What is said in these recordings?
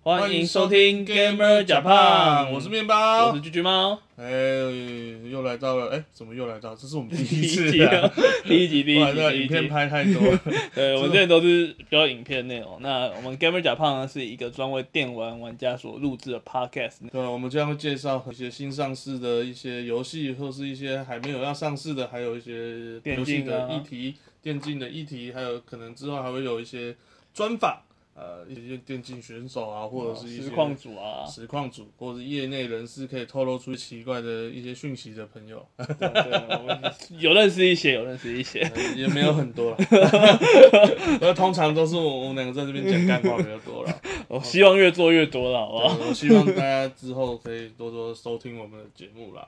欢迎收听 Gamer 假胖，我是面面包，包我是。居居猫。哎、又来到了，哎、怎么又来到？这是我们第 第一一次集啊啊，，第一集，第不一然集，那第一影片集。拍太多了。对，我们这里都是比较影片内容。那我们 Gamer 假胖呢，是一个专为电玩玩家所录制的 Podcast。 对，我们将会介绍一些新上市的一些游戏，或是一些还没有要上市的，还有一些电游戏竞啊的议题、电竞的议题，还有可能之后还会有一些专访，呃，一些电竞选手啊，或者是一些实况组啊，实况组，或者是业内人士可以透露出奇怪的一些讯息的朋友，对对我们 有认识一些，有认识一些。呃也没有很多了。 那通常都是我我们两个在这边讲干话比较多 了。我希望越做越多了，好不好？对我希望大家之后可以多多收听我们的节目啦。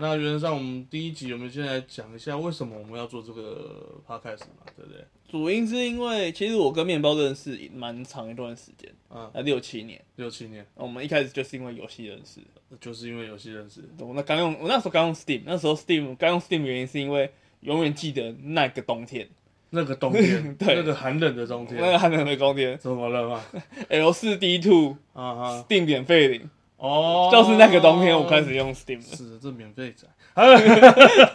那原则上，我们第一集我们先来讲一下为什么我们要做这个 podcast 嘛，对不对？主因是因为其实我跟面包认识蛮长一段时间，嗯，啊，六七年。六七年我们一开始就是因为游戏认识的。就是因为游戏认识，我那刚用，我那时候刚用 Steam，那时候 Steam 刚用 Steam 的原因是因为永远记得那个冬天，那个冬天， 对啊那个寒冷的冬那天，个寒冷的冬天怎么了嘛？ ，L 四 D two 啊哈， Steam 点费零，哦， 就是那个冬天我开始用 Steam 了。是这免费仔，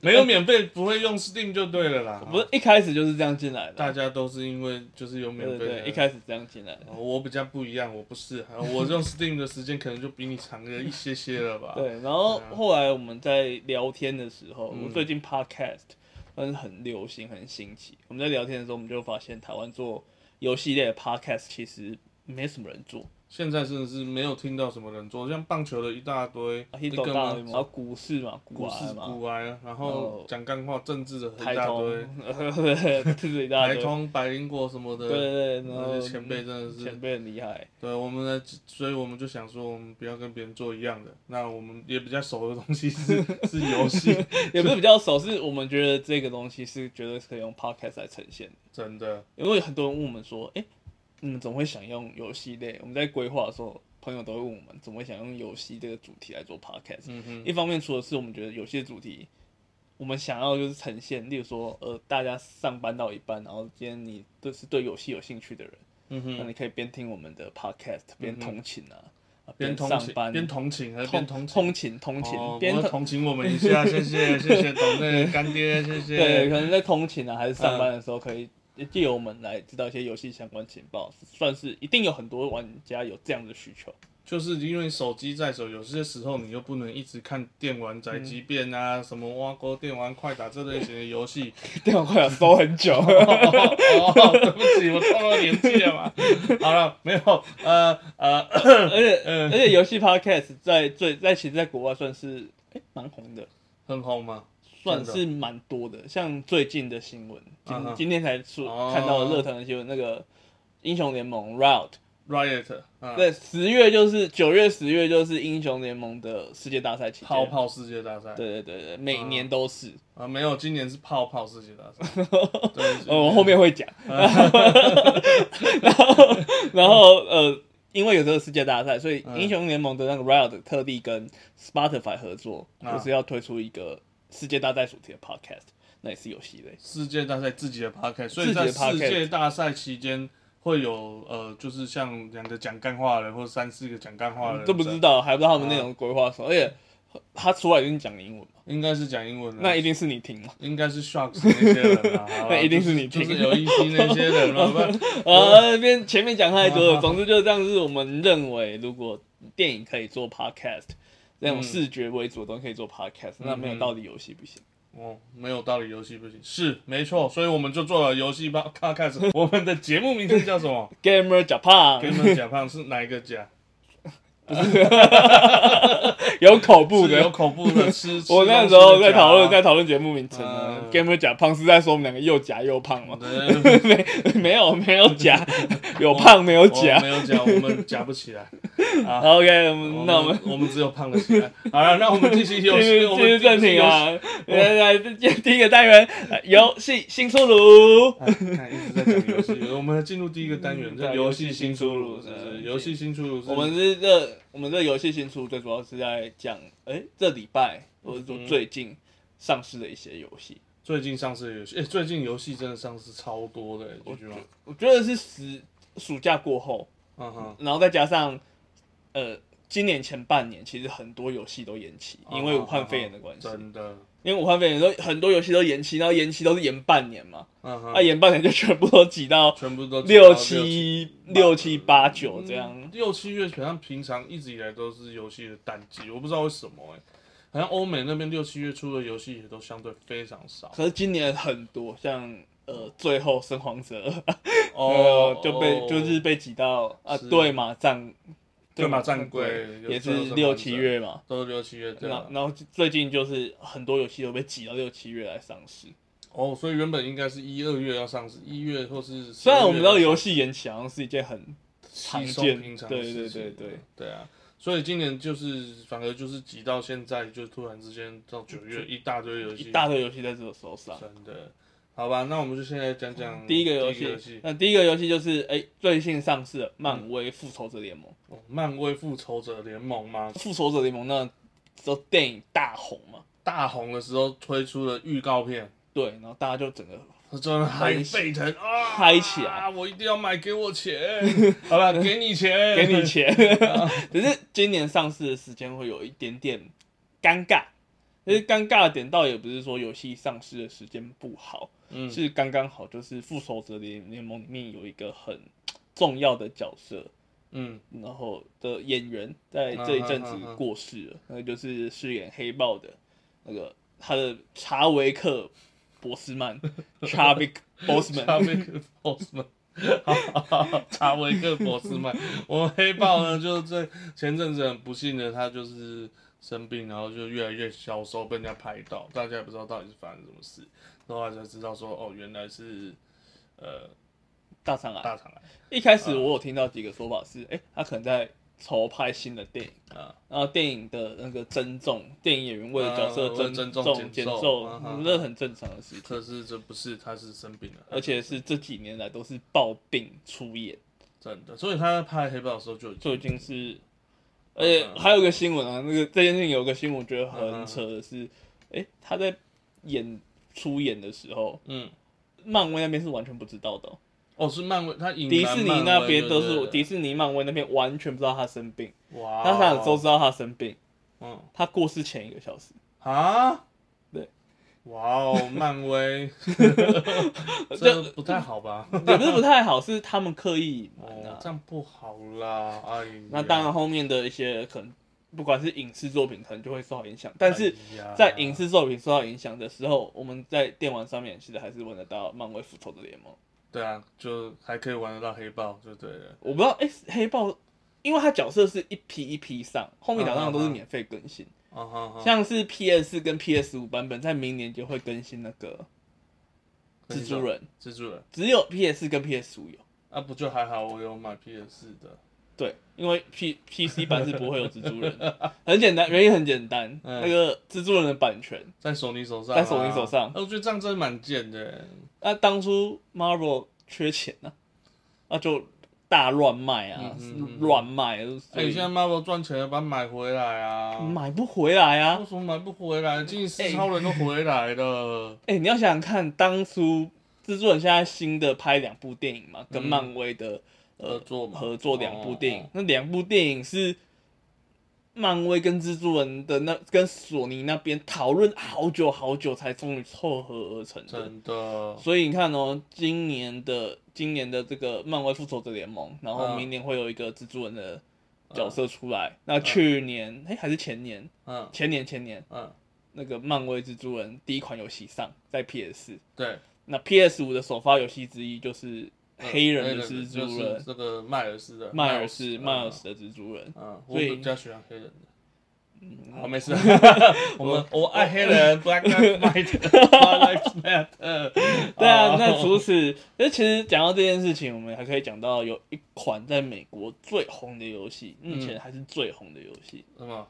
没有免费不会用 Steam 就对了啦。不是一开始就是这样进来的，大家都是因为就是有免对费对的对，一开始这样进来的。哦我比较不一样，我不是，啊我用 Steam 的时间可能就比你长了一些些了吧。 对，然后对啊后来我们在聊天的时候，嗯我最近 Podcast 算是很流行、很新奇。我们在聊天的时候，我们就发现台湾做游戏类的 Podcast 其实没什么人做，现在真的是没有听到什么人做，像棒球的一大堆，黑一斗个啊大嘛联盟，然后股市嘛，股股市癌嘛，股癌，后然后讲干话，政治的台一大堆，通， 对，这一大台堆，通、百灵果什么对的，对对，然那后些前辈真的是，前辈很厉害，对我们的，所以我们就想说，我们不要跟别人做一样的，那我们也比较熟的东西 是是游戏，也不是比较少，是我们觉得这个东西是绝对是可以用 Podcast 来呈现的。真的，因为很多人问我们说，哎、你们怎么会想用游戏类？我们在规划的时候，朋友都会问我们怎么会想用游戏这个主题来做 podcast。嗯哼，一方面，除了是我们觉得有些主题，我们想要就是呈现，例如说，呃，大家上班到一半，然后今天你都是对游戏有兴趣的人，嗯那哼，你可以边听我们的 podcast 边通勤啊，啊边同上情班边同情还是边通同情？通勤通哦勤边我通。同情我们 一下，谢谢谢谢董内干爹，谢谢。对，可能在通勤啊还是上班的时候，可以嗯借由我们来知道一些游戏相关情报，算是一定有很多玩家有这样的需 求。就是因为手机在手，有些时候你又不能一直看电玩宅急便啊，嗯什么挖沟电玩快打这类型的 游戏。电话快要收很久，哦，对不起，我透露年纪了嘛。好了，没有，呃呃，而且而且游戏 podcast 在最在其实在国外算是哎蛮、红的，很红吗？算真的是蛮多的。像最近的新闻，今、嗯哼今天才出、哦看到热腾的新闻，那个英雄联盟 Route。 Riot 啊，对，十月就是九月、十月就是英雄联盟的世界大赛期间。泡泡世界大赛对对对对，每年都是。啊，没有，今年是泡泡世界 大赛。对，啊呃，我后面 会讲。然后， 然后呃，因为有这个世界大赛，所以嗯英雄联盟的那个 Riot 特地跟 Spotify 合作，啊就是要推出一个世界大赛主题的 podcast，那也是游戏类。世界大赛自己的 podcast，所自以己的在 podcast 世界大赛期间会有呃，就是像两个讲干话的人，或者三四个讲干话的嗯人在，这不知道，还不知道他们啊内容规划什么，而且他出来已经讲英文嘛，应该是讲英文的，那一定是你听嘛。应该是 Sharks 那些人 啊，好吧那一定是你就是听就是有 EC 那些 人嘛，不然嗯呃，边前面讲太多了，总之就是这样，是我们认为如果电影可以做 podcast，那种嗯视觉为主的东西可以做 podcast，那没有道理游戏不行。哦，没有道理，游戏不行，是没错，所以我们就做了游戏吧，看开始，我们的节目名称叫 什么？ Gamer 假胖给你们假胖是哪一个假？ 有口部是有的。口部的吃，吃我那时候东西的在假啊讨论，在讨论节目名称呢嗯。 Gamer 假胖是在说我们两个又假又胖吗？对 嗯没有，没有 假，有胖没有我假。没有假，我们夹不起来。 OK，我们那我们我们只有胖了起来。 好了，那我们继续游继戏，续我继们续正题游戏！啊。来来，这第一个单元呃游戏新出炉。哎看，一直在讲游戏，我们进入第一个单 元，这对游戏新出炉，游戏是新出炉嗯不是？游戏新出炉是，我们是这我们这游戏新出最主要是在讲，哎，这礼拜或者说最近上市的一些游戏。最近上市的游戏，哎，最近游戏真的上市超多的，你觉得吗？我觉得是十暑假过后，嗯哼，然后再加上呃，今年前半年其实很多游戏都延期，因啊为武汉肺炎的关系。真的，因为武汉肺炎的时候，很多游戏都延期，然后延期都是延半年嘛，嗯那、哼，啊、延半年就全部都挤 到全部都六七七六七八九这样。六七月，好像平常一直以来都是游戏的淡季，我不知道为什么哎、好像欧美那边六七月出的游戏也都相对非常少可是今年很多，像呃，最后生还者，哦 呃，就被就是被挤到啊，是对马战，对马战战鬼也有最后是生还六者七月嘛。都是六七月对然啊后然后最近就是很多游戏都被挤到六七月来上市，哦，所以原本应该是一二月要上市，一月或是虽然我们知道游有戏延期好像是一件很常稀松见平常对的事对情对了对对啊，所以今年就是反而就是挤到现在，就突然之间到九月一大堆游戏，一大堆游戏在这个手上。真的，好吧，那我们就现在讲讲第一个游游戏，那第一个游戏就是哎、最近上市的《漫威复仇者联盟》哦漫威复仇者联盟吗？复仇者联盟那时候电影大红嘛，大红的时候推出了预告片，对，然后大家就整个真的很沸腾啊！嗨起来！我一定要买，给 我钱！好吧，给你钱，给你。钱，啊 只是今年上市的时间会有一点点尴尬。其实尴尬的点倒也不是说游戏上市的时间不好，嗯，是刚刚好，就是复仇者联联盟里面有一个很重要的角色，嗯，然后的演员在这一阵子过世啊了，那个就是饰演黑豹的那个他的查维克·博斯 曼 （Chadwick 查 Boseman）。维克博斯曼，哈哈哈哈 查维克博斯曼，我们黑豹呢，就这前阵子很不幸的，他就是生病，然后就越来越消瘦，被人家拍到，大家也不知道到底是发生什么事，后来才知道说，哦，原来是呃大肠癌。大肠癌一开始我有听到几个说法是，哎、他可能在筹拍新的电影，啊，然后电影的那个增重，电影演员嗯为了角色啊为了增增重重减减重重嗯啊啊啊，这很正常的事情。可是这不是，他是生病了，而且是这几年来都是抱病出演，真的，所以他在拍黑豹的时候就已经就已经是，而且还有个新闻啊，那个这件事情有个新闻，我觉得很扯的是，诶，他在演出演的时候，嗯。漫威那边是完全不知道的哦、哦，是漫威，他迪士尼那边都是迪迪，士尼、嗯漫威那边完全不知道他生病，哇，哦他想都知道他生病，嗯他过世前一个小时， 啊，对，哇哦，漫威，这这不太好吧？也不是不太好，是他们刻意瞒的哦啊，这样不好啦，哎呀，那当然，后面的一些可能，不管是影视作品，可能就会受到影响。但是哎呀在影视作品受到影响的时候，我们在电玩上面其实还是玩得到漫威复仇者联盟。对啊，就还可以玩得到黑豹，就对了。我不知道，哎、黑豹，因为它角色是一批一批上，后面两张都是免费更新，啊哈哈，像是 PS 跟 PS 五版本，在明年就会更新那个蜘蛛人，蜘蛛人只有 PS 跟 PS 五有。啊，不就还好，我有买 PS 四的，对，因为 P PC 版是不会有蜘蛛人的，很简单，原因很简单，嗯那个蜘蛛人的版权在索尼手上啊，在索尼手上啊我觉得这样真的蛮贱的。那当初 Marvel 缺钱呢、那就大乱卖啊嗯嗯嗯，乱、卖，啊所哎，以现在 Marvel 赚钱了，把它买回来啊！买不回来啊为。什么买不回来？金丝哎超人都回来了。 哎、你要想想看，当初制作人现在新的拍两部电影嘛，跟漫威的、合作嘛呃合作两部电影，嗯哦哦那两部电影是。漫威跟蜘蛛人的那跟索尼那边讨论好久好久，才终于凑合而成的。真的，所以你看哦，今年的今年的这个漫威复仇者联盟，然后嗯明年会有一个蜘蛛人的角色出来。那去年哎、还是前年，嗯前年前年嗯，那个漫威蜘蛛人第一款游戏上在 PS 4对，那 PS 五的首发游戏之一就是嗯黑人的的蜘就蛛是人，这个迈尔斯的迈尔斯迈尔，斯的嗯蜘蛛人。嗯，我所以嗯比较喜欢黑人的。好，没事，我们我爱黑人，Black Lives Matter，Lives Matter。对啊，哦 那除此，那其实讲到这件事情，我们还可以讲到有一款在美国最红的游戏，目前嗯还是最红的游戏，什么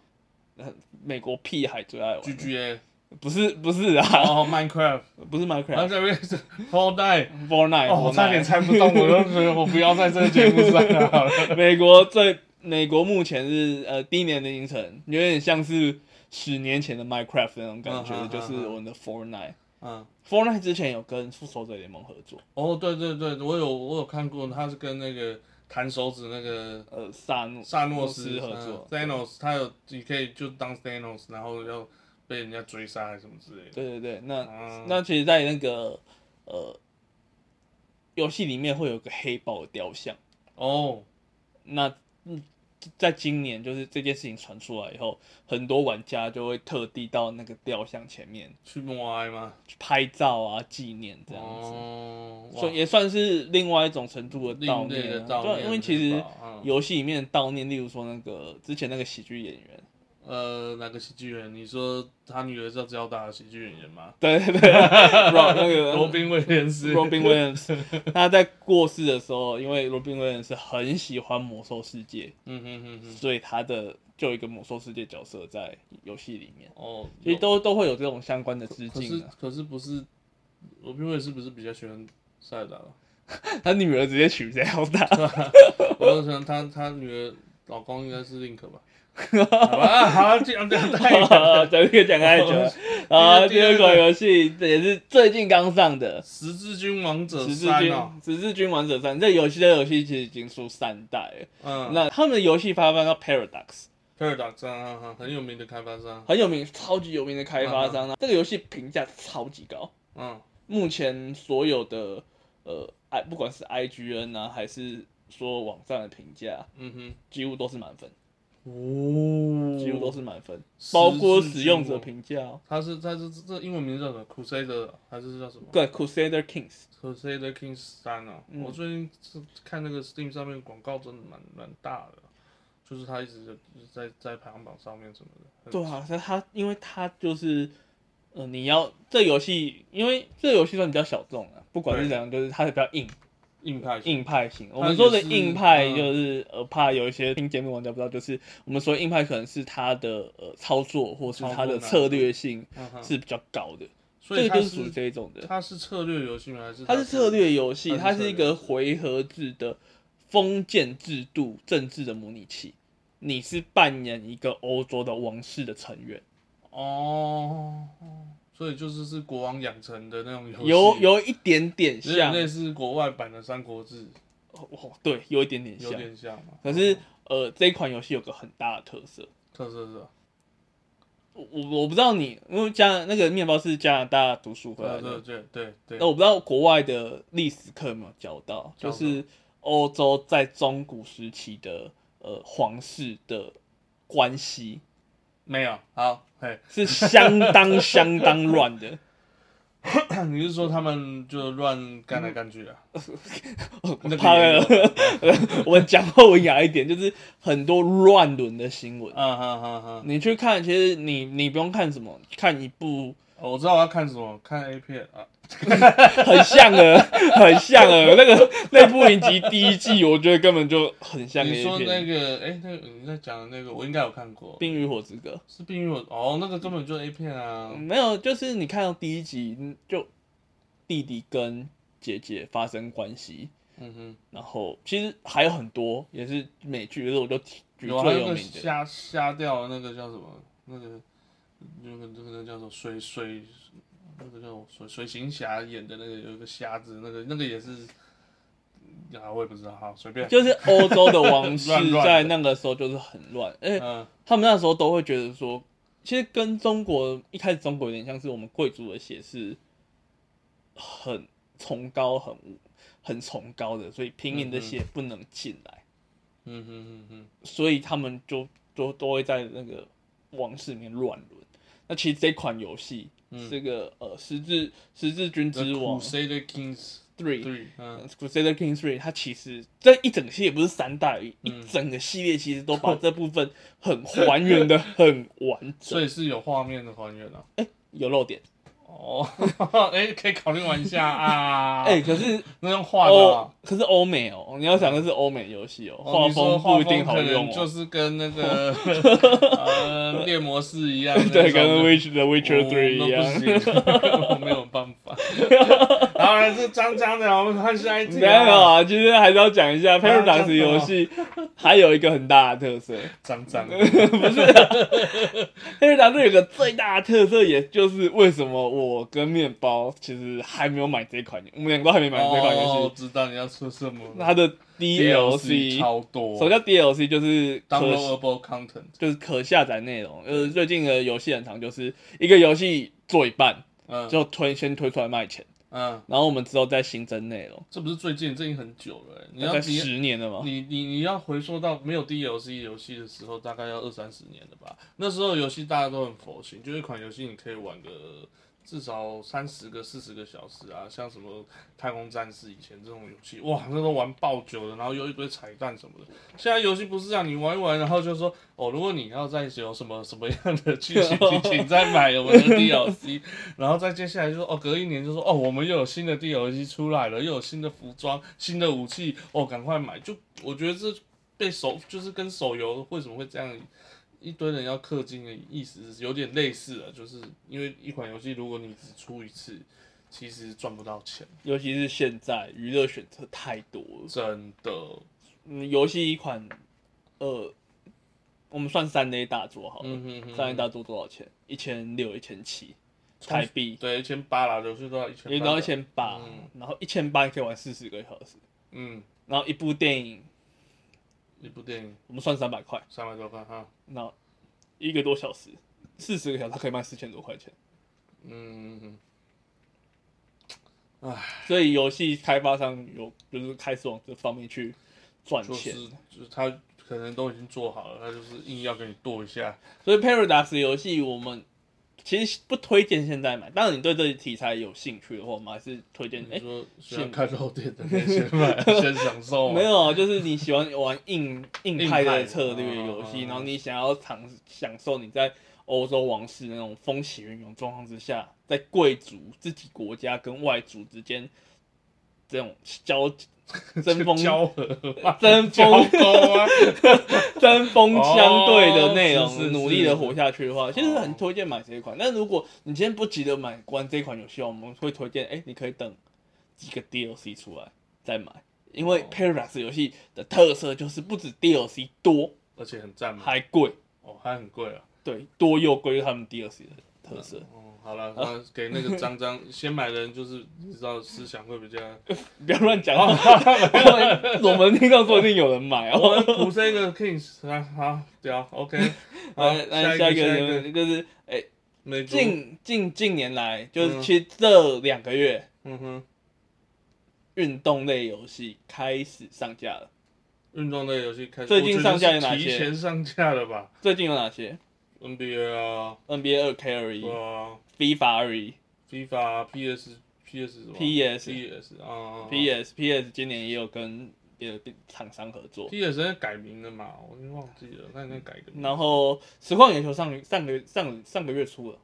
美国屁孩最爱玩的。 GGA？ 不是不是啊，哦，Minecraft， 不是然后 Minecraft。这边是 Fall Die。 Fortnite，啊哦，我差点 Fortnite 猜不动，我就觉得我不要在这个节目上了好了。 美国最美国目前是呃低年龄层，有点像是十年前的 Minecraft 那种感觉，嗯嗯嗯就是我们的 Fortnite。嗯， Fortnite 之前有跟复仇者联盟合作，哦，对对对，我有我有看过，他是跟那个弹手指那个呃，萨诺哦萨诺斯斯嗯合作， ，Thanos，他有你可以就当 Thanos，然后要被人家追杀还是什么之类的。对对对，那、啊那其实，在那个呃游戏里面会有个黑豹的雕像，哦，那嗯，在今年就是这件事情传出来以后，很多玩家就会特地到那个雕像前面去默哀吗？去拍照啊纪念这样子，哦，哇所以也算是另外一种程度的悼另类念的啊、悼对念，因为其对实吧嗯游戏里面的悼念，例如说那个之前那个喜剧演员，呃，哪个喜剧演员？你说他女儿是要交大的喜剧演员吗？对 对对，Rob 那个罗宾威廉 斯。Robin Williams，他在过世的时候，因为 Robin Williams 很喜欢魔兽世界，嗯哼哼哼。所以他的就有一个魔兽世界角色在游戏里面，哦，其实都都会有这种相关的致可是敬、啊。可是不是罗宾威廉斯不是比较喜欢塞尔达吗？他女儿直接取这样啊大，我想他他女儿老公应该是 Link 吧？好吧，好，这样这样太远了。对，这个 讲太久了。啊，第第二二款个游戏这也是最近刚上的十字军王《者十字三军哦，十字军王者三》这游戏，这游戏其实已经出三代了。嗯，那他们的游戏发发叫 Paradox， Paradox 啊，啊啊很有名的开发商，很有名，超级有名的开发商啊。这个游戏评价超级高。嗯，目前所有的呃，i 不管是 IGN 啊，还是说网站的评价，嗯几乎都是满分，哼，哦几乎都是满分，包括使用者，评价、哦。他是他是这英文名字叫什么？Crusader 还是叫什么对，Crusader Kings， ？Crusader King 三哦，嗯我最近是看那个 Steam 上面广告，真的蛮蛮大的，就是他一直就在在排行榜上面什么的，很对啊，那它因为它就是，呃，你要这游戏，因为这游戏算比较小众啊，不管是对怎样，就是它是比较硬硬派型硬派型。我它们也说的是硬派嗯就是、呃，怕有一些听节目玩家不知道，就是我们说硬派可能是它的呃操作或是操它作的难策度略性嗯哼是比较高的。所这以个它就是属于是这一种的，它是策略游戏吗？还是它是策略游戏，它它是策是略一个回合制的封建制度政治的模拟器。你是扮演一个欧洲的王室的成员，哦，所以就是是国王养成的那种游戏，有有一点点有点像，类似国外版的《三国志哦，对，有一点点》，有像。点像嘛。哦可是呃，这一款游戏有个很大的特色，特色是吧我我我不知道你，因为加拿那个面包是加拿大读书回来对啊对的，对对对那我不知道国外的历史课有没有教到，就教到是欧洲在中古时期的呃皇室的关系，没有好，嘿，是相当相当乱的。你是说他们就乱干来干去 的？ 那怕个也有 我们讲话文雅一点，就是很多乱伦的新闻。啊哈哈哈！你去看，其实你你不用看什么，看一部哦我知道我要看什么，看 A 片啊，很像的， 很像的那个那部影集第一季，我觉得根本就很像你 A 说那片，《个哎，那个你在讲的那个，我应该有看过，冰与火之歌是《冰与火》哦，那个根本就是 A 片》啊。没有，就是你看到第一集嗯就弟弟跟姐姐发生关系，嗯哼。然后其实还有很多也是美剧，可是我就举最有啊还有有个名的。虾虾掉那个叫什么？那个那个那个叫什么？水水那个叫什么水水行侠演的那个有一个瞎子，那个那个也是啊，我也不知道，好随便。就是欧洲的王室 乱乱的在那个时候就是很乱，哎而且嗯他们那时候都会觉得说，其实跟中国一开始中国有点像是我们贵族的血是很崇高、很很崇高的，所以平民的血不能进来，嗯哼哼所以他们就都都会在那个王室里面乱伦。那其实这款游戏，这个呃十字十字军哼，之王 Crusader Kings Three Three，嗯， Crusader King Three，它其实这一整个系列不是三代而已，嗯一整个系列其实都把这部分很还原的很完整，所以是有画面的还原啊。有漏点。哦， 哎、可以考虑玩一下啊。哎、可是那用画的啊、欧可是欧美哦，你要想的是欧美游戏哦，哦你说风画不一定好可能用就哦。是跟那个呃猎魔士一样， 对，跟那种哦 Witch The 我 Witcher 那 Three 一样，不行，我没有办法。当然是脏脏的，我们看下一题 没有啊。啊，其实还是要讲一下 Paradox 讲什么游戏还有一个很大的特色脏脏哦的， ，Paradox 有个最大的特色，也就是为什么我跟面包其实还没有买这款，我们两个都还没买这款游哦戏，，知道你要说什么它了。的 DLC DLC，超什么多叫 DLC？就是可，downloadable content，就是可下载内容。呃，最近的游戏很长，就是一个游戏做一半嗯，就推先推出来卖钱，嗯，然后我们之后再新增内容，这不是最近，这已经很久了欸。你大要概你十年了嘛。你你你要回溯到没有 DLC 游戏的时候，大概要二三十年了吧？那时候游戏大家都很佛心，就一款游戏你可以玩个至少三十个、四十个小时啊，像什么太空战士以前这种游戏，哇，那都玩爆久了，然后又一堆彩蛋什么的。现在游戏不是啊，你玩一玩，然后就说哦，如果你要再有什么什么样的剧 情，请请再买我们的 DLC，然后再接下来就说哦，隔一年就说哦，我们又有新的 DLC 出来了，又有新的服装、新的武器，哦，赶快买！就我觉得这被手就是跟手游为什么会这样一堆人要氪金的意思是有点类似的，就是因为一款游戏如果你只出一次，其实赚不到钱，尤其是现在娱乐选择太多了，真的。嗯，游戏一款，呃，我们算三 A 大作好了，嗯哼哼三 A 大作多少钱？一千六、一千七台币，对一千八啦，游戏都要一千，也到一，千八嗯，然后一千八可以玩四十个小时，嗯，然后一部电影一部电影我们算三百块，三百多块哈，那一个多小时，四十个小时它可以卖四千多块钱，嗯嗯，嗯所以游戏开发商有就是开始往这方面去赚就钱嗯是，就是他可能都已经做好了，他就是硬要给你剁一下，所以 Paradox 游戏我们其实不推荐现在买，当然你对这些题材有兴趣的话，我们还是推荐哎你。说喜欢看漏点的那些买先享受嘛，没 有啊，就是你喜欢玩硬硬派硬派的的策略游戏，嗯嗯嗯然后你想要尝享受你在欧洲王室那种风起云涌状况之下，在贵族自己国家跟外族之间这种交 针锋交合啊嘛， 针交锋勾啊，针锋相对的内容，哦是是努力的活下去的话，其实很哦推荐买这一款。但如果你今天不急着买玩这款游戏的话，我们会推荐，哎、你可以等几个 DLC 出来再买，因为哦 Paradox 游戏的特色就是不止 DLC 多， 而且很赞嘛，还贵，哦，还很贵啊。对，多又贵就是他们 DLC 的特色。哦，好了，那给那个张张先买的人，就是你知道思想会比较。不要乱讲话，哦 我们听到说一定有人买哦。 我补这个 Kings，啊好屌，OK，好 来，来哦下下一一个下一个就是，哎，美足，近近近年来，就是嗯其实这两个月，嗯哼，运动类游戏开始上架了。运动类游戏开始，最近我觉得上架有哪是些提前上架了 吧最近有哪些？NBA 啊， ？NBA 二 K 二一对啊，FIFA 二一，FIFA 啊 PS PS 什么 PS PS 啊，PS PS 今年也有跟别的厂商合作。 PS 现在改名了嘛，我已经忘记了，那应该改个名，然后实况眼球上上个上上个月出了，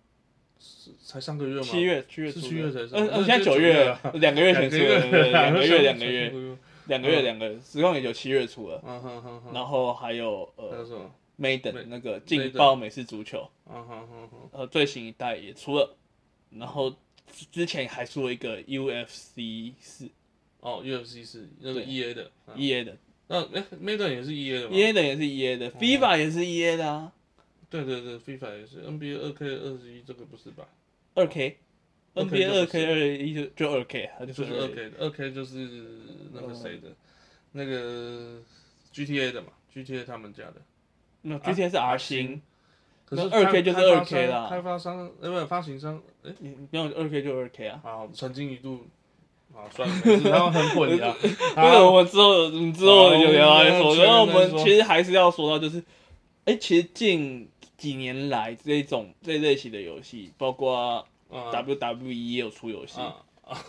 是才上个月吗？七月七月是出的，七月才上嗯那嗯，现在就九九月月了，两个月前出的，对对对两个月两个月嗯两个月两个月，实况眼球七月出了。哼哼哼哼，然后还有还有呃什么？ ，Maiden 美那个劲嗯 Maiden 爆美式足球，嗯哼哼哼，呃，最新一代也出了，然后之之前还出了一个 UFC 四哦，UFC 是那个对 EA 的，嗯 EA 的那哎，Maiden 也是 EA 的嘛 E A 的也是 E A 嗯的，FIFA 也是 E A 的啊，对对对，FIFA 也是 NBA 二 K 二十一，这个不是吧？二 K。NBA 2K 二就不 K 是二一就就二 K，它就啊嗯就是是二 K 的，二 K 就是那个谁的，那个 GTA 的嘛，GTA 他们家的。那啊 GTA 是 R R 星星，可是那 2K 开就是开发 2K 啦商开发商呃不发行商哎，你你不用二 K 就二 K 啊。好，曾经一度，好算了， 没事，他们很混啊淆。这个好我们之后嗯之后有聊来哦好我说，们然后我前面再们说其实还是要说到就是，哎，其实近几年来这种这类型的游戏，包括嗯 WWE 也有出游戏，啊啊！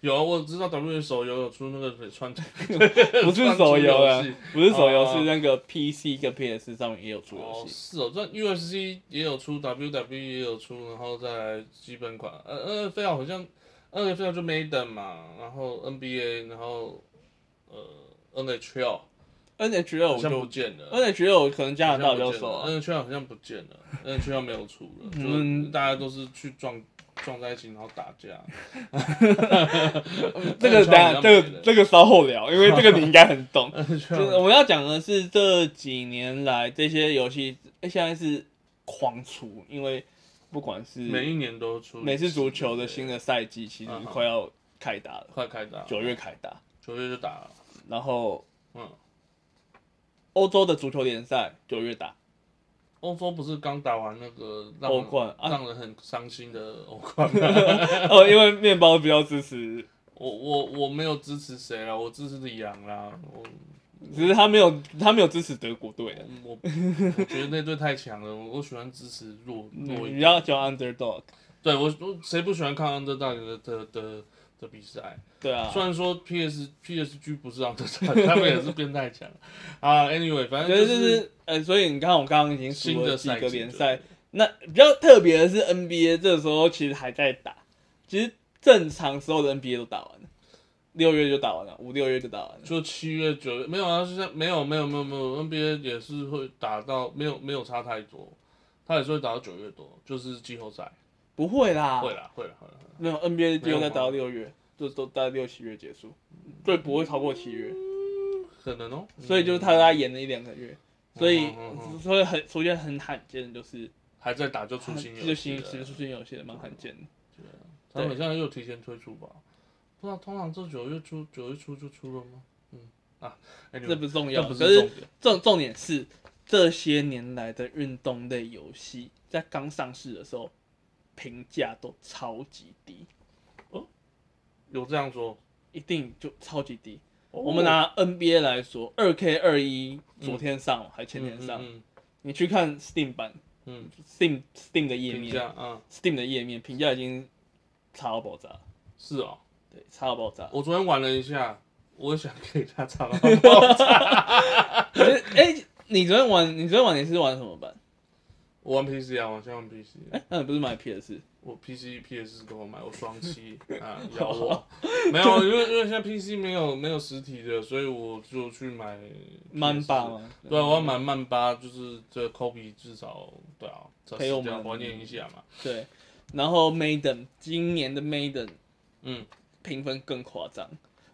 有，我知道 W 手游有出那个 穿，不不是手游啊， 不是手游，哦是那个 PC 跟 PS 上面也有出哦游，戏。是哦，这 UFC 也有出，WWE 也有出，然后再来基本款，呃，NFL 好像 NFL 就 Maiden 嘛，然后 NBA，然后呃 NHL NHL 好我像不就见了。 NHL 可能加拿大比较熟啊。 n h l 好像不见了 n h l 没有出了，就嗯大家都是去撞撞在一起，然后打 架。这个等下，这个这个稍后聊，因为这个你应该很 懂。这就是我们要讲的是这几年来这些游戏，哎现在是狂出，因为不管是每一年都出一次，美式足球的新的赛季，其实嗯哼快要开打了对，快开打，九月开打，九月就打了，然后嗯。欧洲的足球联赛九月打， 欧洲不是刚打完那个让欧冠啊让人很伤心的欧冠吗？ 哦，因为面包比较支持，我我我没有支持谁啦，我支持里昂啦，我只是他没有他没有支持德国队啊，我我觉得那队太强了，我我喜欢支持弱弱你一比点。较喜欢嗯 underdog，对我我谁不喜欢看 underdog 的的的的比赛？对啊虽，然说 PS PSG 不是 underdog，他们也是变态强 啊。Anyway，反正觉得就就是呃，所以你看我刚刚已经新数的了几赛个季联就赛，那比较特别的是 NBA，这个时候其实还在打，其实正常所有的 NBA 都打完了，六月就打完了，五六月就打完了。就七月九月没有啊，现在没有没有没有没有 NBA 也是会打到没有没有差太多，他也是会打到九月多，就是季后赛。不会啦，会啦会啦会啦，会啦没有 NBA 季后赛打到没六月，就都大概六七月结束，对，不会超过七月，可能哦。所以就是他大概延了一两个月，所以嗯嗯嗯嗯所以很出现很罕见的就是还在打就出新游就戏了，啊新其实出现有些蛮罕见的，他们现在又提前推出吧？不知道，通常这九月初九月初就出了吗？嗯啊，anyway，这不重要，这不可是是重点。重重点是，这些年来的运动类游戏在刚上市的时候，评价都超级低，有这样说，哦一定就超级低。哦我我们拿 NBA 来说，二 K 二一昨天上、还前天上，嗯你去看 Steam 版嗯， Steam Steam 的页评面价嗯，Steam 的页面评价已经差到爆炸，是哦，对，差到爆 炸。我昨天玩了一下，我想给他 查到爆炸可是哎、你昨天玩，你昨天玩你是玩什么版？我玩 PC 啊，我先玩 PC，哎、那你不是买 PS？我 PC PS 给我买，我双 七啊，咬我，没有，因为因为现在 PC 没有没有实体的，所以我就去买曼巴 PS 吗？对啊，我要买曼巴，就是这 Kobe 至少对啊，这陪我们这样怀念一下嘛。对，然后 Maiden 今年的 Maiden 嗯，评分更夸张，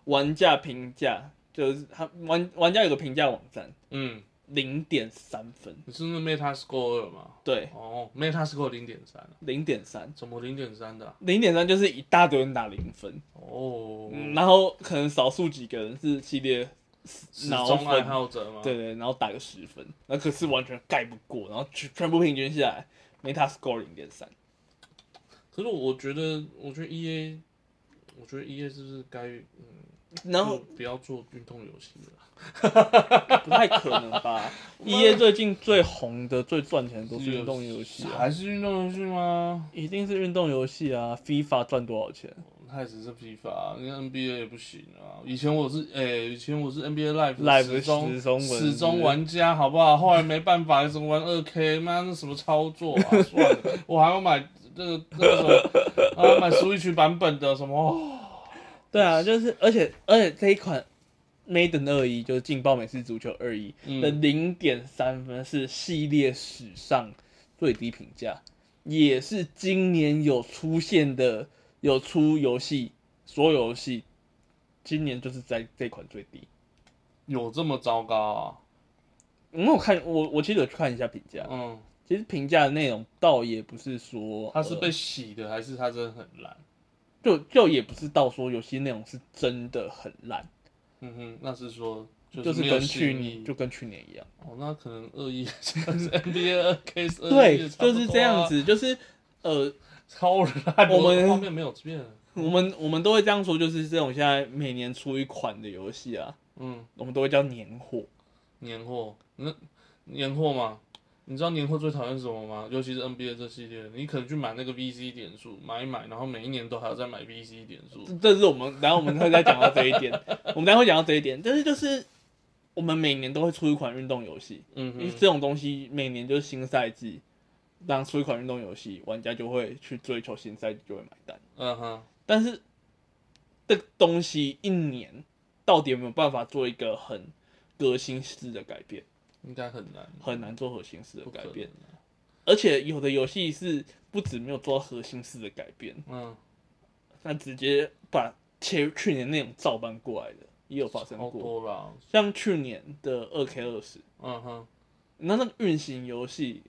玩家评价就是他玩玩家有个评价网站嗯，零点三分，你是不是 Metascore 二嘛？对，哦，Metascore 零点三，啊零点三，怎么零点三的啊、零点三就是一大堆人打零分，哦，嗯，然后可能少数几个人是系列始脑终爱粉好者嘛。对，对，然后打个十分，那可是完全盖不过，然后全全部平均下来，Meta Score 零点三，可是我觉得，我觉得 E A，我觉得 E A 是不是该嗯，然后就不要做运动游戏了？不太可能吧？EA 最近最红的、最赚钱的都是运动游戏啊，还是运动游戏吗？一定是运动游戏啊！FIFA 赚多少钱？它也只是批发，啊你看 NBA 也不行啊。以前我是，哎、以前我是 NBA Live Live 始终始终玩始终玩家，好不好？后来没办法，什么玩二 K，妈那什么操作啊？ 算了，我还要买这个那个什么，啊，买 Switch 版本的什么？哦对啊，就是而且而且这一款 Maiden 二一就是劲爆美式足球二一的嗯，零点三分是系列史上最低评价，也是今年有出现的有出游戏所有游戏，今年就是在这款最低。有这么糟糕啊？因为嗯我看我我其实有去看一下评价，嗯，其实评价的内容倒也不是说它是呃被洗的，还是它真的很烂？就就也不是到说有些内容是真的很烂，嗯哼，那是说就就是没有跟去新意年就跟去年一样。哦，那可能二一 NBA 二 K 二对，就是啊这样，子，就是呃，超烂，我们画面没有变。我们我们都会这样说，就是这种现在每年出一款的游戏啊，嗯，我们都会叫年货。年货，那年货嘛，你知道年货最讨厌什么吗？尤其是 NBA 这系列，你可能去买那个 VC 点数，买一买，然后每一年都还要再买 VC 点数。这这是我们，然后我们会再讲到这一点，我们待会讲到这一点，但是就是我们每年都会出一款运动游戏，嗯因为哼，这种东西每年就是新赛季，当出一款运动游戏，玩家就会去追求新赛季，就会买单。嗯哼，但是这个东西一年到底有没有办法做一个很革新式的改变？嗯应该很难，很难做核心式的不可改能变。啊。而且有的游戏是不止没有做到核心式的改变，嗯，那直接把前去年那种照搬过来的也有发生好过，多啦，像去年的二 K 二十，嗯哼，那那个运行游戏，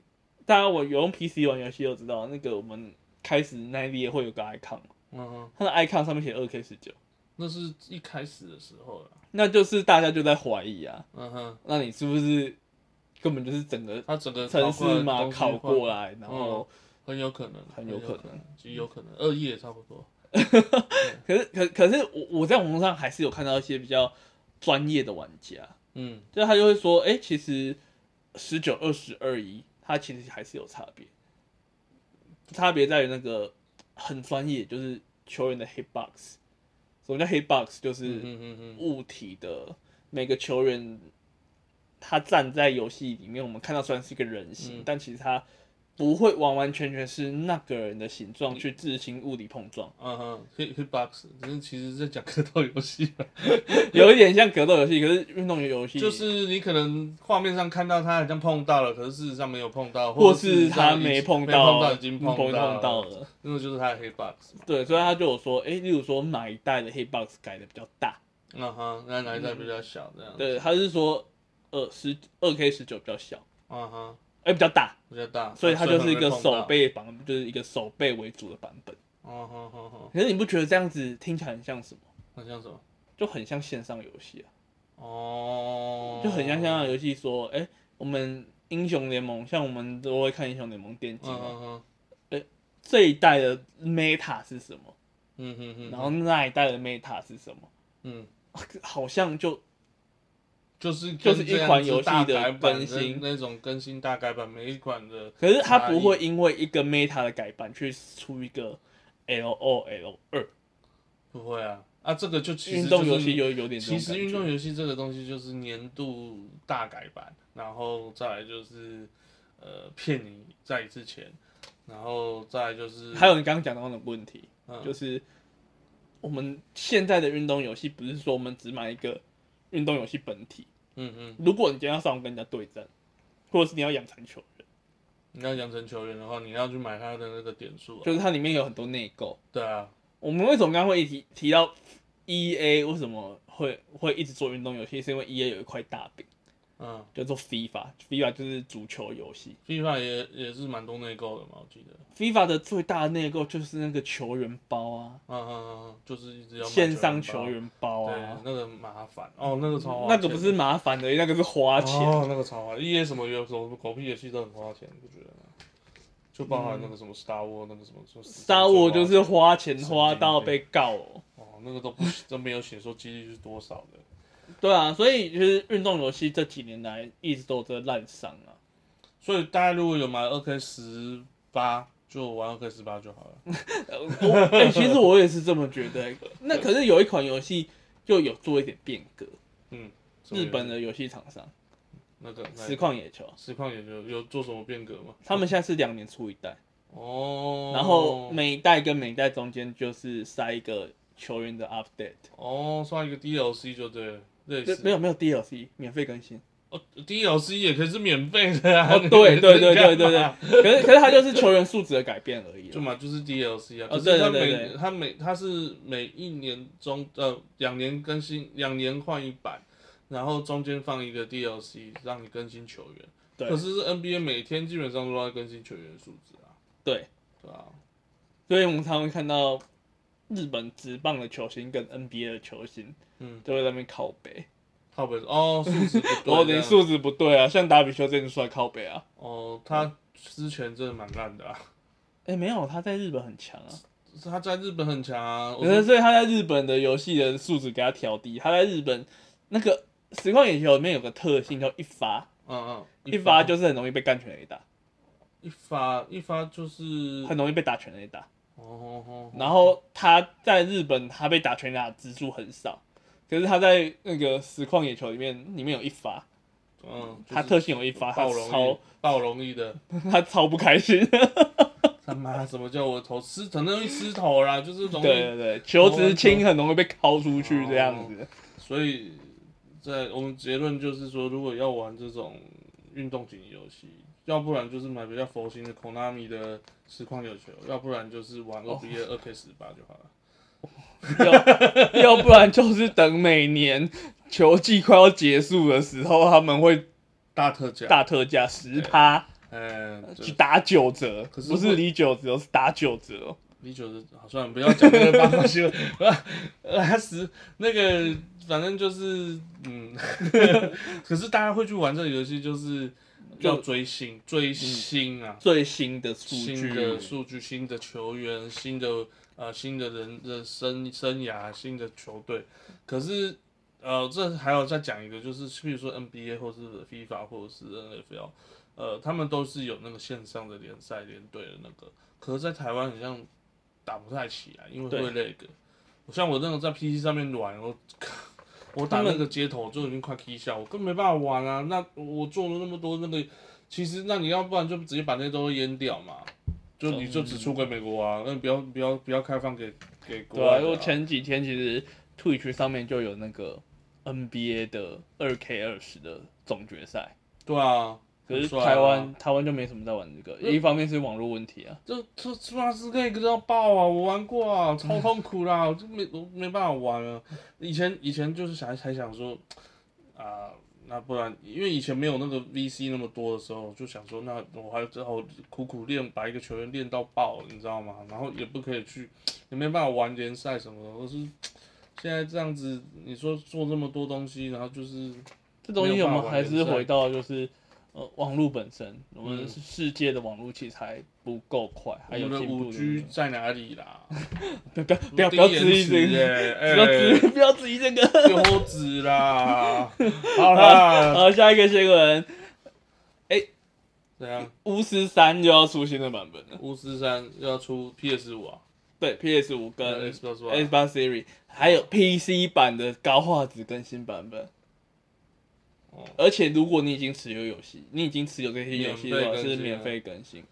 大家我有用 PC 玩游戏都知道，那个我们开始那一页会有个 icon，嗯哼，它的 icon 上面写二 K 十九，那是一开始的时候了，那就是大家就在怀疑啊，嗯哼，那你是不是根本就是整个他整个城市嘛嘛考过来，然后嗯很有可能，很有可能能，其实有可能，二亿也差不多，可是可可是我我在网络上还是有看到一些比较专业的玩家，嗯就是他就会说，哎、其实十九、二十、二一，它其实还是有差别，差别在于那个很专业，就是球员的 hit box。什么叫 hit box？就嗯是嗯嗯嗯，物体的每个球员，他站在游戏里面，我们看到虽然是一个人形，嗯但其实他不会完完全全是那个人的形状去自行物理碰撞。 嗯哼，hit hit box，只是其实在讲格斗游戏嘛，有一点像格斗游戏，可是运动游 戏就是你可能画面上看到他好像碰到了，可是事实上没有碰到，或或是他没碰碰到，到，已经碰碰到了，了。那个就是他的 hit box 嘛，对，所以他就有说，诶，例如说哪一代的 hitbox 改的比较大，嗯哼，那哪一代比较小这样，，对，他是说呃十二 K 十九比较小，嗯哼，诶，比较大，比较大，所以它就是一个哦所以很容易碰到手，背绑，就是一个手背为主的版本。嗯哼哼哼，可是你不觉得这样子听起来很像什么？那像什么？就很像线上游戏啊，啊哦，就很像线上游戏说，诶，我们英雄联盟，像我们都会看英雄联盟电竞嗯嘛，嗯嗯这一代的 meta 是什么，嗯嗯嗯，然后那一代的 meta 是什么， 嗯，好像就就是就是一款游戏的跟这样子大改版更新那那种更新大改版，每一款的，可是它不会因为一个 Meta 的改版去出一个 L O L 二不会啊啊，这个就其实运动就是游戏有有点这种其感实觉运动游戏这个东西就是年度大改版，然后再来就是呃骗你在一次钱，然后再来就是还有你刚刚讲到的问题，嗯就是我们现在的运动游戏不是说我们只买一个运动游戏本体，嗯嗯，如果你今天要上网跟人家对战，或者是你要养成球员，你要养成球员的话，你要去买他的那个点数、啊，就是它里面有很多内购。对啊，我们为什么刚刚会提提到 E A 为什么会会一直做运动游戏，是因为 E A 有一块大饼嗯叫做 FIFA，FIFA 就是足球游戏。 ，FIFA 也也是蛮多内购的嘛，我记得， FIFA 的最大的内购就是那个球员包啊，嗯嗯嗯嗯，就是一直要买线上球球员员包包，啊对，，那个麻烦哦，那个超花那个不是钱麻烦的，那个是花的钱。哦，那个超花，E A 什么有什么狗屁游戏都很花钱，不觉得吗？就包含那个什么 Star War 那个什么什么杀我嗯就花是花钱神经花到被告哦。钱哦，那个都不都没有写说几率是多少的，对啊，所以就是运动游戏这几年来一直都有在烂伤啊。所以大家如果有买二 K 十八，就玩二 K 十八就好了。呃我 哎、其实我也是这么觉得、那可是有一款游戏就有做一点变革，嗯，日本的游戏厂商那个那实况野球，实况也就有做什么变革吗？他们现在是两年出一代，哦，然后每一代跟每一代中间就是塞一个球员的 update。哦，算一个 DLC 就对了，类对似，没有没有 DLC 免费更新。哦，DLC 也可以是免费的啊。哦，你对对对你干嘛对对对，可是可是它就是球员素质的改变而已就啦。嘛就是 DLC 啊，哦可是它对对对每它每它是每一年中呃两年更新，两年换一版，然后中间放一个 DLC 让你更新球员。对可是 NBA 每天基本上都在更新球员数字啊，对，对啊，所以我们常会看到日本职棒的球星跟 NBA 的球星，嗯，都会在那边靠北，靠北哦数 值不对，哦，这你样素质不对啊，像达比修这样就出来靠北啊。哦他之前真的蛮烂的啊，哎，没有，他在日本很强啊，他在日本很强啊，我可是说所以他在日本的游戏的素质给他调低，他在日本那个实况野球里面有个特性叫一发，嗯嗯，一发就是很容易被干全垒打，一发一发就是很容易被打全垒打。哦哦哦，然后他在日本他被打全垒打的次数很少，可是他在那个实况野球里面，里面有一发， 嗯，就是他特性有一发，他爆容超易爆容易的，他超不开 心。他妈什么叫我头吃，很容易吃头啦，就是容对易，对对，球值轻很容易被敲出去这样子。所以在我们结论就是说，如果要玩这种运动型游戏，要不然就是买比较佛心的 Konami 的实况有球，要不然就是玩哦 OBA 二 K 十八就好了。哦要 要不然就是等每年球季快要结束的时候，他们会大特价，大呃特价十趴，嗯，对打九折，可是不是会离九折，是打九 折。你觉得好算了，不要讲那个八 卦新闻，呃，他十那个反正就是嗯， 可是大家会去玩这个游戏，就是要追星，追星啊， 最新的数新的数据、新的球员、新的呃新的人的生生涯、新的球队。可是呃，这还有再讲一个，就是譬如说 NBA 或是 FIFA 或者是 NFL，呃，他们都是有那个线上的联赛联队的那个，可是，在台湾好像打不太起来，因为对会那个。像我那种在 PC 上面玩，我我打他们那个街头就已经快 K 笑，我根本没办法玩啊。那我做了那么多那个，其实那你要不然就直接把那些都淹掉嘛，就你就只出给美国啊，那不要不要不要开放给给国对啊，外因的啊、为前几天其实 Twitch 上面就有那个 NBA 的二 K 二十的总决赛，对啊，可是很帅啊台湾、台湾就没什么在玩这个，一方面是网络问题啊，这这这妈是那个都要爆啊！我玩过啊，超嗯痛苦啦，我就没我没办法玩了。以前以前就是想还想说，啊、那不然因为以前没有那个 VC 那么多的时候，就想说那我还只好苦苦练，把一个球员练到爆，你知道吗？然后也不可以去，也没办法玩联赛什么的。我是现在这样子，你说做这么多东西，然后就是这东西我没有们办法还完全是是回到就是呃网络本身，我们嗯世界的网络器材不够快，我还有们的进步五的 G 在哪里啦？不要 不要不要质疑这个，不要质个疑不 要质疑这个。丢子啦！好啦，好，下一个新闻，怎样？巫师三又要出新的版本了，巫师三又要出 PS 五啊，对，PS 五跟跟 Xbox S One 八 Series，还有 PC 版的高画质更新版本。哦而且如果你已经持有游戏，你已经持有这些游戏的话免费更新是啊免费更新。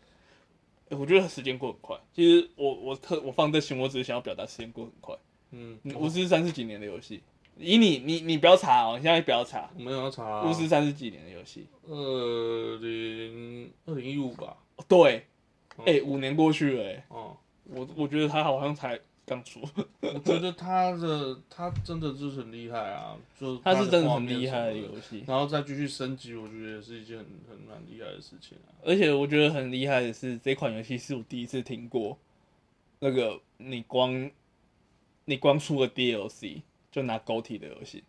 欸我觉得时间过很快。其实我我特我放这新闻，我只是想要表达时间过很快。嗯，巫师三是几年的游戏？以你你你不要查哦，你现在不要查。我没有要查啊巫师三是几年的游戏？二零二零一五吧，哦对，嗯哎、五年过去了、欸，哦，我我觉得他好像才刚出，我觉得他的他真的就是很厉害啊，就他是真的画很面厉害的什么游戏。然后再继续升级，我觉得也是一件很很蛮厉害的事情啊。而且我觉得很厉害的是，这款游戏是我第一次听过，那个你光你光出个 DLC 就拿狗体的游戏，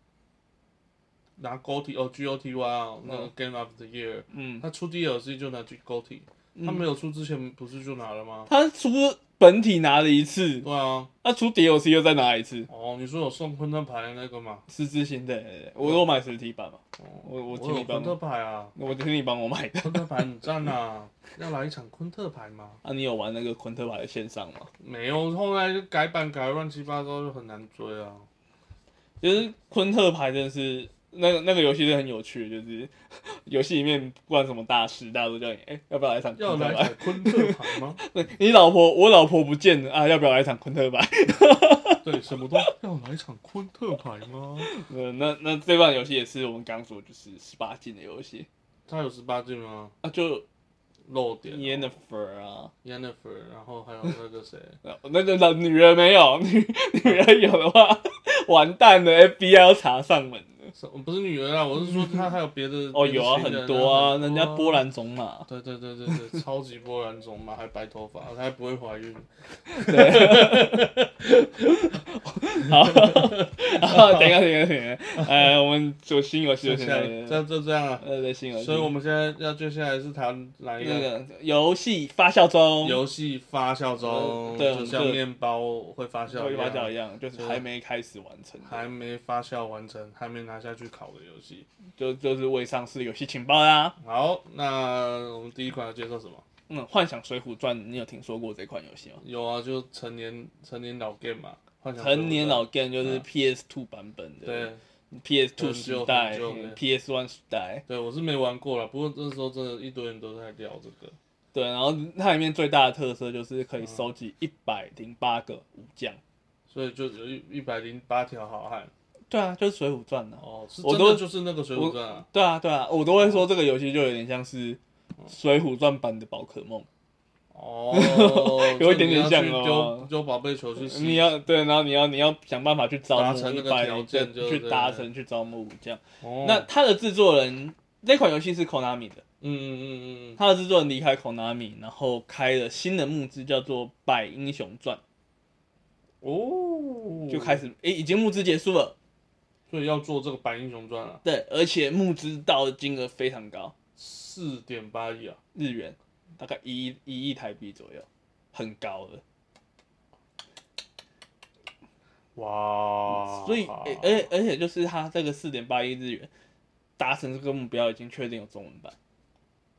拿 GOT 哦 GOTY 啊，那个 Game of the Year，嗯，他出 DLC 就拿 GOT，他没有出之前不是就拿了吗？他出本体拿了一次，对啊，他出 DLC 又再拿一次，哦，你说有送昆特牌的那个嘛？十字星对对对，我有买实体版嘛，我我哦我请你有帮昆特我，牌啊， 我请你帮我买的。昆特牌很赞啊！要来一场昆特牌吗？啊，你有玩那个昆特牌的线上吗？没有，后来就改版改得乱七八糟，就很难追啊。就是昆特牌真的是那个那个游戏是很有趣的，就是 游戏里面不管什么大师，大家都叫你，哎、要不要来一场要昆特来一牌？场昆特 牌吗？对你老婆，我老婆不见了啊，要不要来一场昆特版？对，什么都要来一场昆特牌吗？呃， 那那这款游戏也是我们刚说就是十八禁的游戏他有十八禁吗？啊，就漏点、哦烟的粉儿啊， Yennefer，然后还有那个谁，呃那个老女人没有， 女女人有的话， 完蛋了，FBI 要查上门了。什不是女儿啊，我是说他还有别的 哦，有啊，很别的新人多啊，人家很波兰种 马，啊对对对对对，超级波兰种嘛，还白头发，还不会怀孕。好，好等一下，等一下，等一下，呃，我们做新游戏就就这现样在，这就这样啊。呃，对，新游戏，所以我们现在要接下来是谈哪一那个？个游戏发酵中，游戏发酵中，嗯对就像对面包会发酵跟一发酵样，一样，就是对还没开始完成的，还没发酵完成，还没拿下去烤的游戏。就就是未上市游戏情报啦。好，那我们第一款要介绍什么？嗯，《幻想水浒传》，你有听说过这款游戏吗？有啊，就成年成年老 game 嘛，幻想水浒传成年老 game 就是嗯 PS Two 版本的对，PS Two 很久时代很久没，PS One 时代。对，我是没玩过了，不过那时候真的一堆人都在聊这个，对，然后它里面最大的特色就是嗯可以收集一百零八个武将，所以就有一一百零八条好汉，对啊，就是《水浒传》啊。哦，是我真都的就是那个水浒传啊，对啊，对啊，我都会说这个游戏就有点像是《水浒传》版的宝可梦。，哦 有一点点像就你要去哦丢丢宝贝球去你洗，要对，然后你要你要想办法去招嗯达募成那一个百条人件就去对达了成去招募武将。哦那它的制作人，那款游戏是 Konami 的，嗯嗯嗯嗯它的制作人离开 Konami，然后开了新的募资，叫做《百英雄传哦》，就开，始诶、已经募资结束了，所以要做这个白英雄传啊，对，而且募资到的金额非常高，四点八亿啊，日元大概一亿一亿台币左右，很高了。哇，所以，诶而且而且就是它这个四点八亿日元达成这个目标，已经确定有中文版，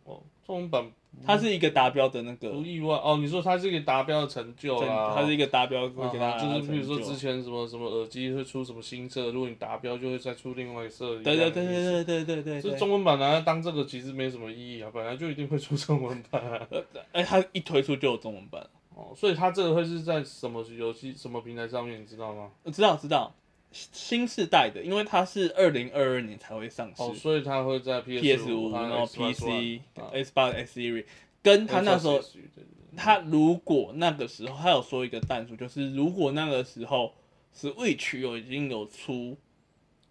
哦，中文版它是一个达标的那个不意外哦，你说它是一个达标的成就真啦，的，它是一个达标会给大啊家就成是就。比如说之前什么什么耳机会出什么新色，如果你达标就会再出另外一色。对对一样的对意对思。对对对对这中文版拿来当这个其实没什么意义啊，本来就一定会出中文版 啊、呃，哎，它一推出就有中文版，哦，所以它这个会是在什么游戏什么平台上面，你知道吗？我知道知道，新世代的，因为它是二零二二年才会上市、哦，所以它会在 PS 五、五，然后 PC、啊 S 八、S Series，跟他那时候，对对对他如果那个时候，他有说一个弹数，就是如果那个时候 Switch 有已经有出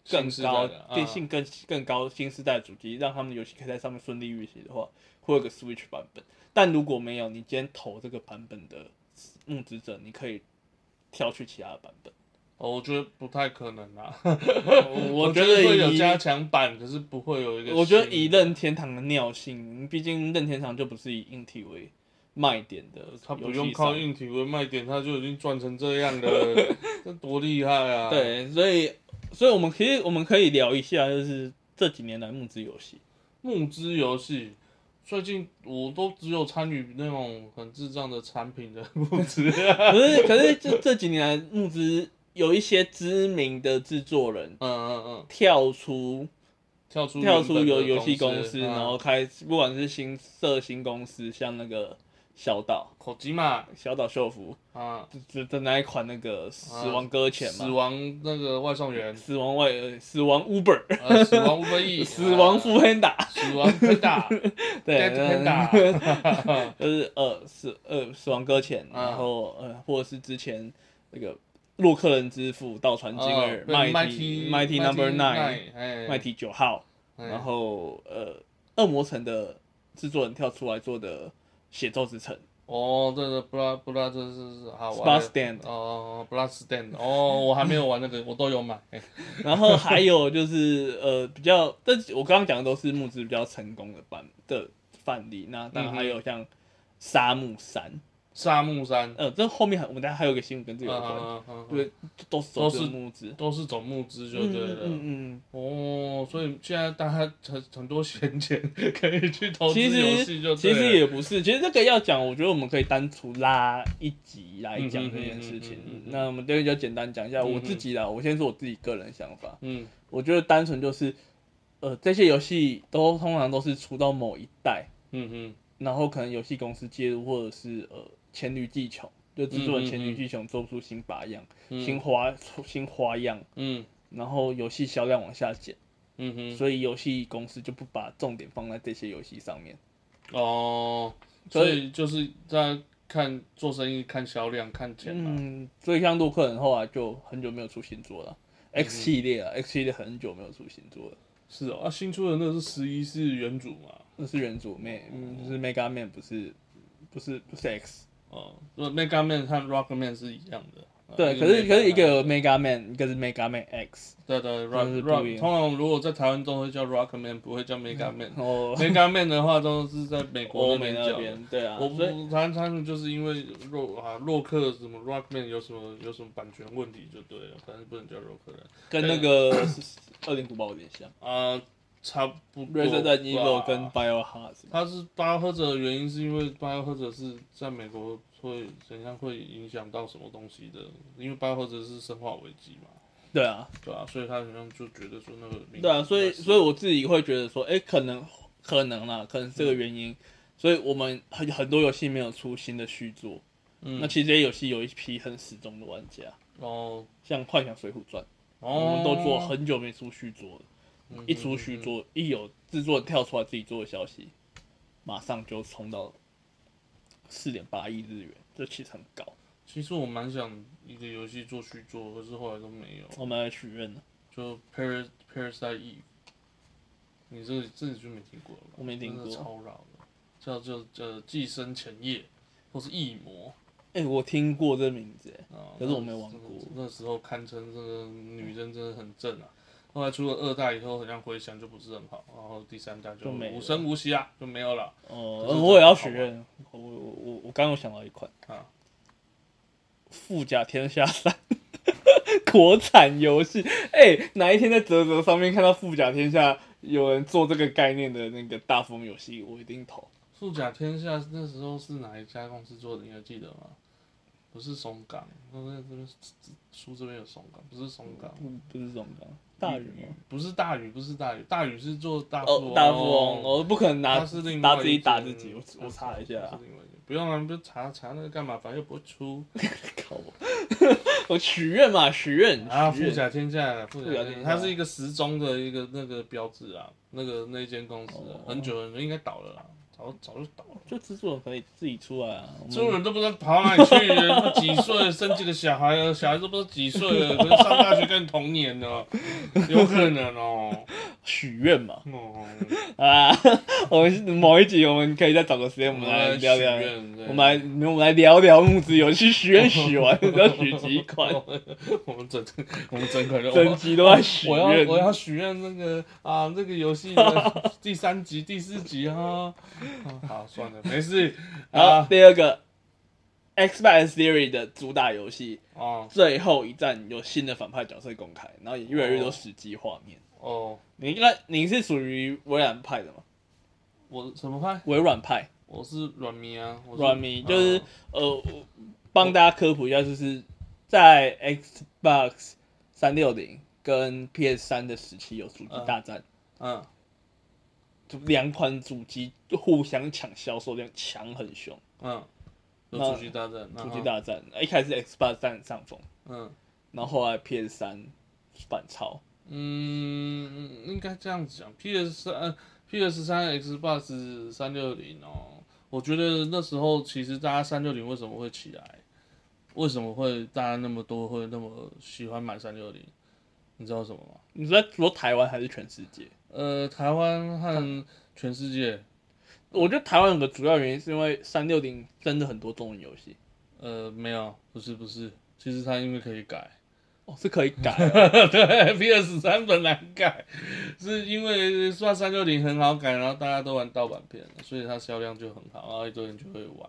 更新世代高的电啊信更更高新世代主机，让他们游戏可以在上面顺利运行的话，会有个 Switch 版本。但如果没有，你今天投这个版本的募资者，你可以跳去其他的版本。哦，我觉得不太可能啊。 我觉觉得会以有加强版，可是不会有一个新的。我觉得以任天堂的尿性，毕竟任天堂就不是以硬体为卖点的游戏商，他不用靠硬体为卖点，他就已经赚成这样 了，这多厉害啊！，对，所以所以我们其实我们可以聊一下，就是这几年来募资游戏，募资游戏，最近我都只有参与那种很智障的产品的募资， 可是可是这这几年来募资有一些知名的制作人嗯嗯嗯，跳出跳出跳出游游游戏公司，司，嗯啊然后开不管是新设新公司，像那个小岛口吉嘛，小岛秀夫啊，的的那一款那个死亡搁浅嘛死。亡那个外 送员，死亡外，呃死亡 Uber， 呃，死亡无分 意，死亡啊富黑 打，死亡喷打，对，喷打，嗯就是呃死呃死亡搁浅，嗯然后呃或者是之前那个洛克人之父道传今儿呃对 Mighty Mighty Number Nine Nine，哎， Mighty 九号，哎然后呃恶魔城的制作人跳出来做的血咒之城，哦，对对，布拉布拉这是是好玩。 Spot Stand 哦哦哦，Blood Stand，哦，我还没有玩那个，我都有买。哎 然后还有就是呃比较，但是我刚刚讲的都是募资比较成功的版的范例，那当然还有像沙漠山，沙漠山，呃这后面还我们大家还有一个新闻跟这嗯个有关。嗯嗯，嗯对，都是都都是是木质，都是总募资就对了。嗯嗯哦，所以现在大家很很多闲钱可以去投资其实游戏就嗯，对其了。实也不是，其实这个要讲，我觉得我们可以单独拉一集来讲嗯这件事嗯嗯嗯嗯情嗯。那我们这个就简单讲一下嗯我自己啦，我先说我自己个人想法，嗯我觉得单纯就是，呃，这些游戏都通常都是出到某一代，嗯嗯然后可能游戏公司介入，或者是呃黔驴技穷，就制作人嗯嗯黔驴技穷做不出新把样、嗯新花出新花样，嗯然后游戏销量往下减。嗯哼，所以游戏公司就不把重点放在这些游戏上面。哦，所以就是在看做生意看销量看钱嘛。嗯，所以像洛克人后来就很久没有出新作了。X 系列啊，X 系列很久没有出新作了。是哦，啊，新出的那个是十一是原主嘛？那是原主 m 嗯，就是 Mega Man，不是，不是，不是 X。哦，那 Mega Man 和 Rock Man 是一样的。呃对，可是可是一个 Mega Man 有 Mega Man，一个是 Mega Man X。啊对对就是 Rock 不一 Rock，样通常如果在台湾都会叫 Rock Man，不会叫 Mega Man。 哦， Mega Man 的话都是在美国欧那美边那叫。边，对啊，我所以不，他他们就是因为洛啊洛克什么 Rock Man 有什么有什么版权问题就对了，反正不能叫洛克人跟那个二零古堡有点像。啊，差不多吧。 Resident Evil 跟 Biohazard 他是巴赫者的原因，是因为巴赫者是在美国会怎样会影响到什么东西的？因为巴赫者是生化危机嘛，对啊，对啊，所以他好像就觉得说那个名字对啊，所以应该是所以我自己会觉得说，哎、可能可能啦，可能是这个原因，嗯所以我们很很多游戏没有出新的续作。嗯那其实这些游戏有一批很死忠的玩家，然后像《幻想水浒传》，哦我我们都做很久没出续作了，哦嗯一出续作，一有制作人跳出来自己做的消息，马上就冲到四点八亿日元，这其实很高。其实我蛮想一个游戏做续作，可是后来都没有。我们来许愿了，就 Paras Parasite Eve，你这这你就没听过了吧？我没听过真的超老的，叫叫叫寄生前夜，或是异魔哎、我听过这名字，哎啊。可是我没玩过那时候堪称这个女生真的很正啊。后来出了二代以后，好像回响就不是很好，然后第三代就就没了无声无息啊，就没有了。哦、可是我也要许这个愿。我我我我刚有想到一款啊，富甲天下三国产游戏。哎、哪一天在泽泽上面看到富甲天下有人做这个概念的那个大风游戏，我一定投。富甲天下那时候是哪一家公司做的？你还记得吗？不是松冈，那那这边书这边有松冈，不是松冈。不不是这种的，大鱼吗？不是大宇，不是大宇，大宇是做大富哦翁，，大富翁，我不可能拿他是另拿外自己一打间自己，我我查一下啊他，是另外一间不用了，你不查查那个干嘛？反正又不会出靠我，我许愿嘛，许愿，啊。许富愿，甲天下，富富甲甲天天下下，它是一个时钟的一个那个标志啊，那个那间公司啊哦很久了，应该倒了啦，早早就倒了。就制作人可以自己出来啊，我们所有人都不知道跑哪里去了，都几岁生几个小孩 了，小孩都不知道几岁了，可能上大学跟你同 年的，有可能哦。许愿嘛，哦，啊，我们某一集我们可以再找个时间，我我们来聊聊，许愿对我们来我们来聊聊募资游戏，许愿许完要许几款， 我们整 我们整个人整集都在许我要愿，我要许愿那个啊，这个游戏的 第三集、第四集哈、啊好，算了，没事好啊，第二个 Xbox Series 的主打游戏哦最后一站有新的反派角色公开，然后也越来越多实际画面。哦，你应该你是属于微软派的吗？我什么派？微软派，我是软迷啊，我是软迷就是、啊呃，我帮大家科普一下，就是在 Xbox 三六零跟 PS 三的时期有主机大战，嗯就两款主机互相抢销售量，抢很凶。嗯，有那主机大战，主主机大战呃一开始 Xbox 占上风，嗯然后后来 PS 三反超，嗯，应该这样子讲，PS 三、PS 三、Xbox 三六零哦，我觉得那时候其实大家三六零为什么会起来，为什么会大家那么多会那么喜欢买三六零，你知道为什么吗？你说说台湾还是全世界？呃，台湾和全世界，我觉得台湾有个主要原因是因为三六零真的很多中文游戏呃，没有，不是不是，其实它因为可以改，哦，是可以改 的。对，PS 三本来改，是因为算三六零很好改，然后大家都玩盗版片，所以它销量就很好，然后一堆人就会玩。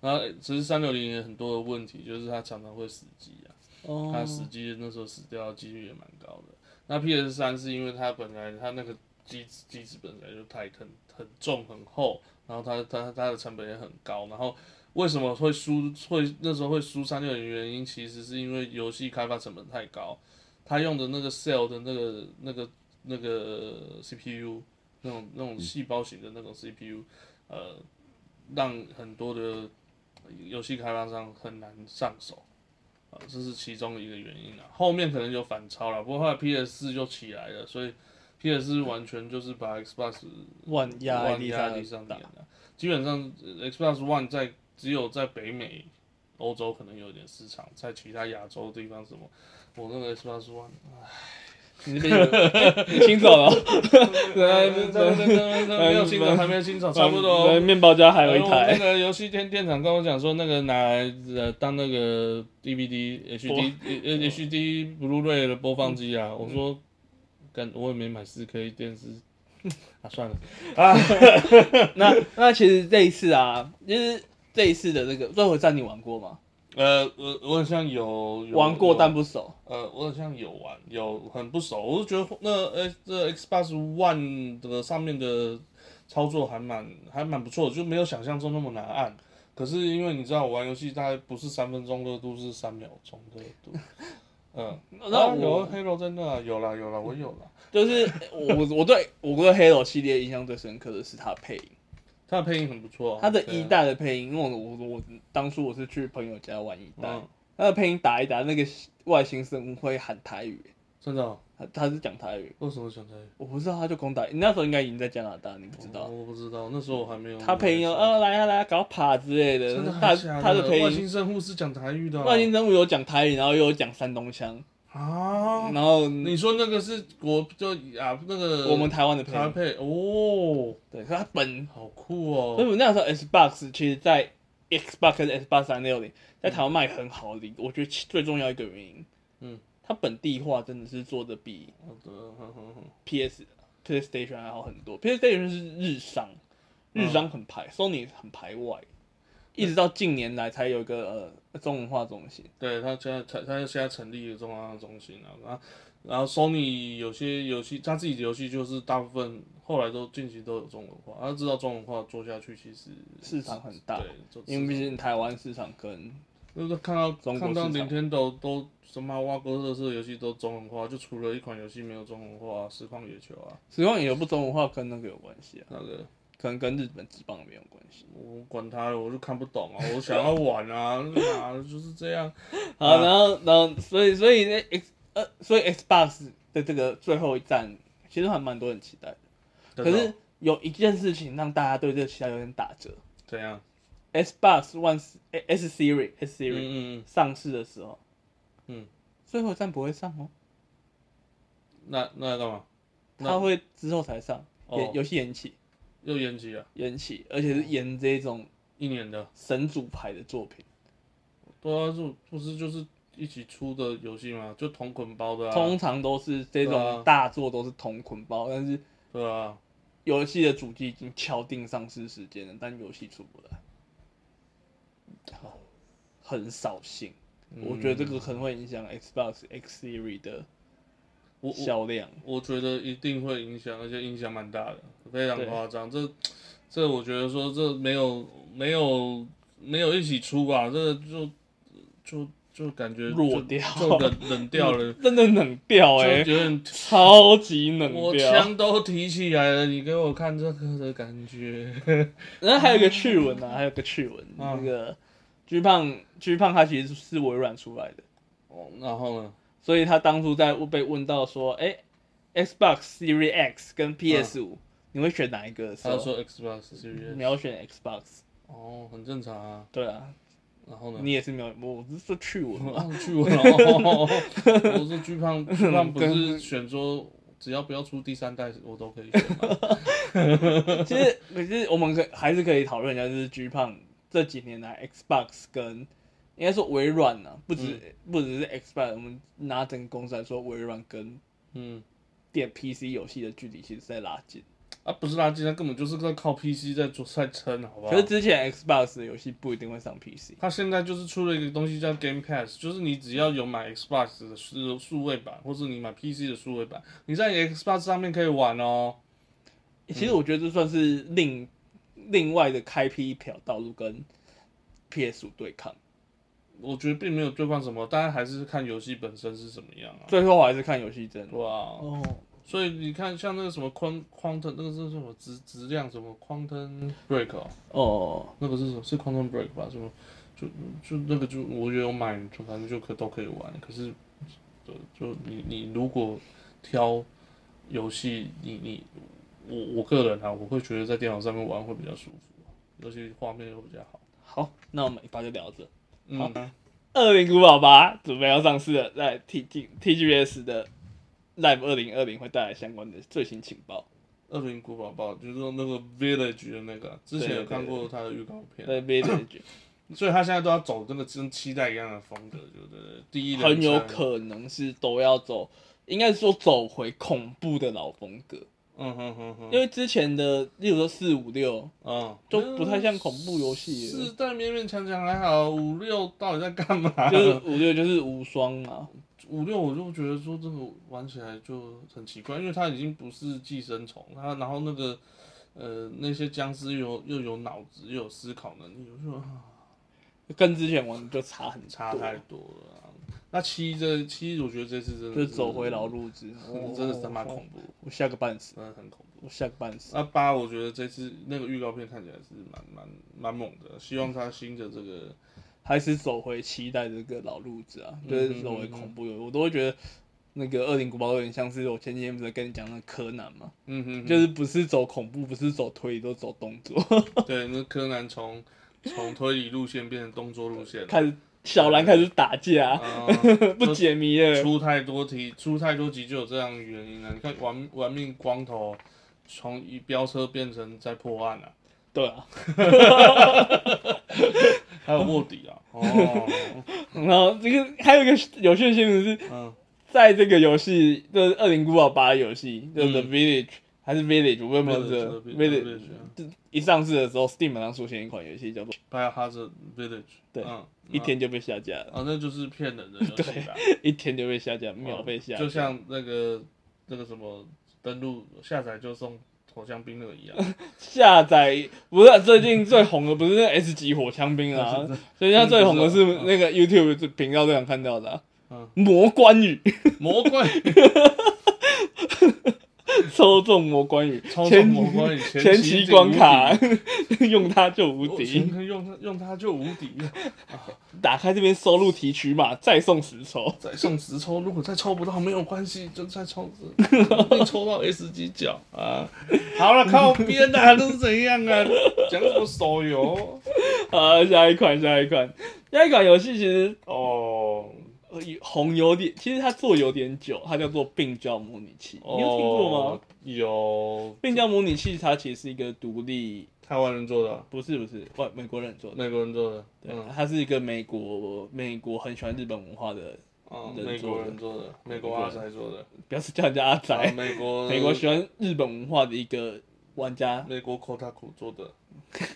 然后只是三六零有很多的问题，就是它常常会死机啊，哦它死机那时候死掉的几率也蛮高的。那 PS 三是因为它本来它那个机子机子本来就太很很重很厚，然后它它它的成本也很高，然后为什么会输会那时候会输三六零原因，其实是因为游戏开发成本太高，它用的那个 Cell 的那个那个那个 CPU 那种那种细胞型的那种 CPU，呃，让很多的游戏开发商很难上手。啊，这是其中一个原因啊。后面可能有反超了，不过后来 PS 四就起来了，所以 PS 四完全就是把 Xbox 万压在万地压上在地上打。基本上呃 Xbox One 在只有在北美、欧洲可能有点市场，在其他亚洲地方什么，我那个 Xbox One 你这边有你清走了，对对对对对对对，没有清楚，还没有清楚， 差不多。哎对面包家还有然一后那台，个游戏店店长跟我讲说，那个拿来呃当那个 DVD、HD、呃 HD、Blu-ray 的播放机啊。我说，干我也没买 4K 电视， 啊算了，那那其实这一次啊，就是这一次的这个《最后一站》，你玩过吗？呃，我我好像有有玩过有但不熟。呃，我好像有玩，有很不熟，我就觉得那呃这 Xbox One 的上面的操作还蛮还蛮不错，就没有想象中那么难按。可是因为你知道，我玩游戏大概不是三分钟热度，是三秒钟热 度。嗯，那啊有我黑楼在那，有啦有啦，我有啦。就是我我我对我对《黑 o 系列印象最深刻的是它配音，它的配音很不错、啊，它的对啊一，代的配音，因为我我我当初我是去朋友家玩一代嗯，它的配音打一打，那个外星生物会喊台语，真的哦、他他是讲台语，为什么想台语？我不知道他就攻台语，你那时候应该已经在加拿大，你不知道。我不知道，那时候我还没有。他配音哦，呃，来啊来啊，搞趴之类的，真的啊他还假的他的配外音，星生物是讲台语的哦、外星生物有讲台语，然后又有讲山东腔，啊？然后你说那个是国就啊那个我们台湾的配台音，配哦，对，可是他本，好酷所以哦。我那时候 Xbox 其实，在 Xbox 跟 Xbox 三六零在台湾卖很好的，我觉得其最重要一个原因，嗯，它本地化真的是做的比好的，哼哼哼 PS PlayStation 还好很多，PlayStation 是日商，嗯日商很排、s o n y 很排外，一直到近年来才有一个呃中文化中心。对他现在他他现在成立了中央中心啊，然后然后 Sony 有些游戏他自己的游戏就是大部分后来都近期都有中文化，他知道中文化做下去其实市场很大对，就因为毕竟台湾市场跟就是看到中国看到市场 Nintendo 都什么挖沟特色游戏都中文化，就除了一款游戏没有中文化，实况野球啊，实况也有不中文化跟那个有关系啊，那个可能跟日本职棒没有关系。我管他了，我就看不懂啊， 我想要玩啊， 啊就是这样。好，啊然后然后所以所以那 X 呃所以 Xbox 的这个最后一战，其实还蛮多人期待的。可真的是哦有一件事情让大家对这个期待有点打折怎样？ ，Xbox One S- S Series S 嗯 Series、嗯嗯，上市的时候，嗯，最后一站不会上哦，那那要干嘛？那它会之后才上，哦延游戏延期又延期啊，延期，而且是延这种一年的。神主牌的作品，对啊，就不是就是一起出的游戏吗？就同捆包的啊。通常都是这对啊种大作都是同捆包，但是对啊，游戏的主机已经敲定上市时间了，但游戏出不来，很扫兴。嗯我觉得这个可能会影响 Xbox X Series 的我我销量。我觉得一定会影响，而且影响蛮大的，非常对夸张。这这我觉得说这没有没有没有一起出吧，这就就就感觉弱就掉就冷冷掉了，真的冷掉就 哎、有点超级冷我掉。枪都提起来了，你给我看这个的感觉。 然后还有一个趣闻啊，还有一个趣闻，啊那个 G 胖 G 胖他其实是微软出来的，哦然后呢？所以他当初在被问到说，哎、x b o x Series X 跟 PS 五、你会选哪一个的时他候？说 Xbox Series，你要选 Xbox。哦，很正常啊。对啊，然后呢？你也是没有，我是说趣闻嘛。啊，去我哦，我是巨胖，巨胖不是跟选说只要不要出第三代，我都可以选 吗。其实，可是我们可还是可以讨论一下，就是 G 胖这几年来 Xbox 跟应该说微软啊，不止、不只是 Xbox，我们拿整个公司来说，微软跟嗯，电 PC 游戏的距离其实在拉近。啊，不是垃圾，他根本就是在靠 PC 在做在撑，好不好可是？之前 Xbox 的游戏不一定会上 PC，他现在就是出了一个东西叫 Game Pass，就是你只要有买 Xbox 的数数位版，或是你买 PC 的数位版，你在 Xbox 上面可以玩哦。其实我觉得这算是另另外的开辟一条道路跟 PS 五对抗。我觉得并没有对抗什么，当然还是看游戏本身是怎么样啊。最后我还是看游戏争。对啊，哦，所以你看像那个什么 Quant Quantum，那个是什么质质量什么 Quantum Break 哦。哦，那个是什么？是 Quantum Break 吧？什么？就就那个就我也有买，就反正就可都可以玩。可是，就就你你如果挑游戏，你你我我个人啊，我会觉得在电脑上面玩会比较舒服，尤其画面会比较好。好，那我们一把就聊到这。嗯，二零古堡八准备要上市了，在 T T T G S 的 Live 二零二零会带来相关的最新情报。恶灵古堡堡就是说那个 Village 的那个，之前有对对看过它的预告片，对 v i l 所以他现在都要走那个跟期待一样的风格，就对对，第一人很有称，可能是都要走，应该是说走回恐怖的老风格，嗯哼哼哼，因为之前的，例如说四五六嗯，都不太像恐怖游戏了，四代勉勉强强还好，五六到底在干嘛？就是五六就是无双嘛， 五六我就觉得说这个玩起来就很奇怪，因为它已经不是寄生虫，它然后那个呃那些僵尸又有又有脑子又有思考能力，我就说啊跟之前玩的就差很差多太多了啊、那七这七我觉得这次真的就是走回老路子，哦嗯真的是他妈恐怖，我吓个半死，真的很恐怖。我吓个半死。那八我觉得这次那个预告片看起来是蛮蛮蛮猛的，希望它新的这个嗯还是走回期待这个老路子啊，就是走回恐怖游戏，我都会觉得那个《恶灵古堡》有点像是我前几天不是跟你讲那个柯南嘛，嗯哼，就是不是走恐怖，不是走推理，都走动作， 对，那柯南从从推理路线变成动作路线了，开始小兰开始打架，啊 不解谜了。出太多题，出太多集就有这样的原因了、你看玩玩命光头，从一飙车变成在破案啊，对啊，还有卧底啊， 哦，然后这个还有一个有趣的新闻是，嗯，在这个游戏，就是《恶灵古堡八》游戏，就是嗯 The Village、还是 Village，我也没有这个 Village village，嗯一上市的时候，Steam 上出现一款游戏叫做《还有哈子 village，对嗯，一天就被下架了》，啊，那就是骗 人的游戏啦，一天就被下架，秒被下架。哦就像那个那个什么登录下载就送口香槟那个一 样，下载不是啊最近最红的，不是那 S 级火枪兵啊，最近它最红的是嗯那个 YouTube 频道最常看到的、啊。嗯魔关羽 魔怪，抽中魔关羽，操纵前魔怪，前期期顶无关敌卡， 用它就无我敌。前用它用它就无敌了。打开这边收入提取码，再送十 抽。再送十抽，如果再抽不到没有关系，就再抽， 被抽到 S 级角啊！好了，靠边啊，都是怎样啊？讲什么手游？呃，下一款，下一款，下一款游戏其实哦，呃红有点，其实它做有点久，它叫做病娇模拟器，你有听过吗？哦？有，病娇模拟器它其实是一个独立，台湾人做的啊，不是不是外美国人做的，美国人做的，对，啊嗯，它是一个美国美国很喜欢日本文化的，哦，人美做国的人做的，美国阿才做的，不要是叫人家阿宅，啊美国 美国喜欢日本文化的一个玩家。美国 Kotaku 做 的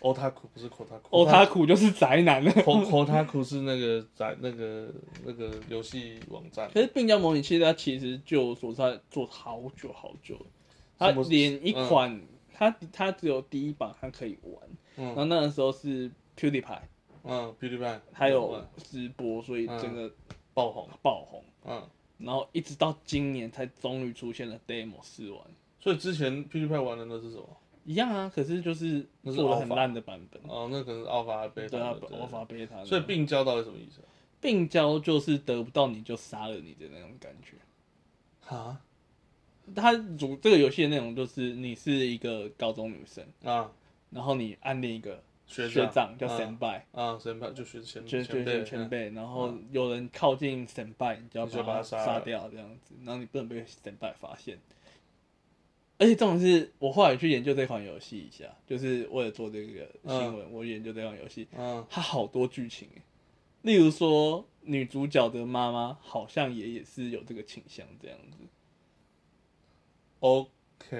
，Otaku 不是 Kotaku，哦，他苦就是宅男了。 Kotaku 是那个在那个那个游戏网站。可是病娇模拟器它其实就所在做好久好久了，它什么连一款、它它只有第一版它可以玩，嗯然后那个时候是 PewDiePie，嗯，Beauty Bang，它有直播，所以真的爆红，爆红。嗯，然后一直到今年才终于出现了 demo 试玩，所以之前 Beauty Bang 玩的那是什么？一样啊，可是就是那是做的很 alpha 烂的版本，哦，那可能是 Alpha 还被对啊打的，我法贝塔。所以病娇到底什么意思病娇就是得不到你就杀了你的那种感觉。啊？它主这个游戏的内容就是你是一个高中女生，啊啊，然后你暗恋一个学学长叫嗯 senpai，啊，前辈就是前就前就是辈，前嗯辈，然后有人靠近 senpai，你就要你就把把他他杀杀了掉这样子，然后你不能被 senpai 发现。而且这种是我后来去研究这款游戏一下，就是为了做这个新闻，我研究这款游戏，嗯，它好多剧情欸例如说女主角的妈妈好像也也是有这个倾向这样子，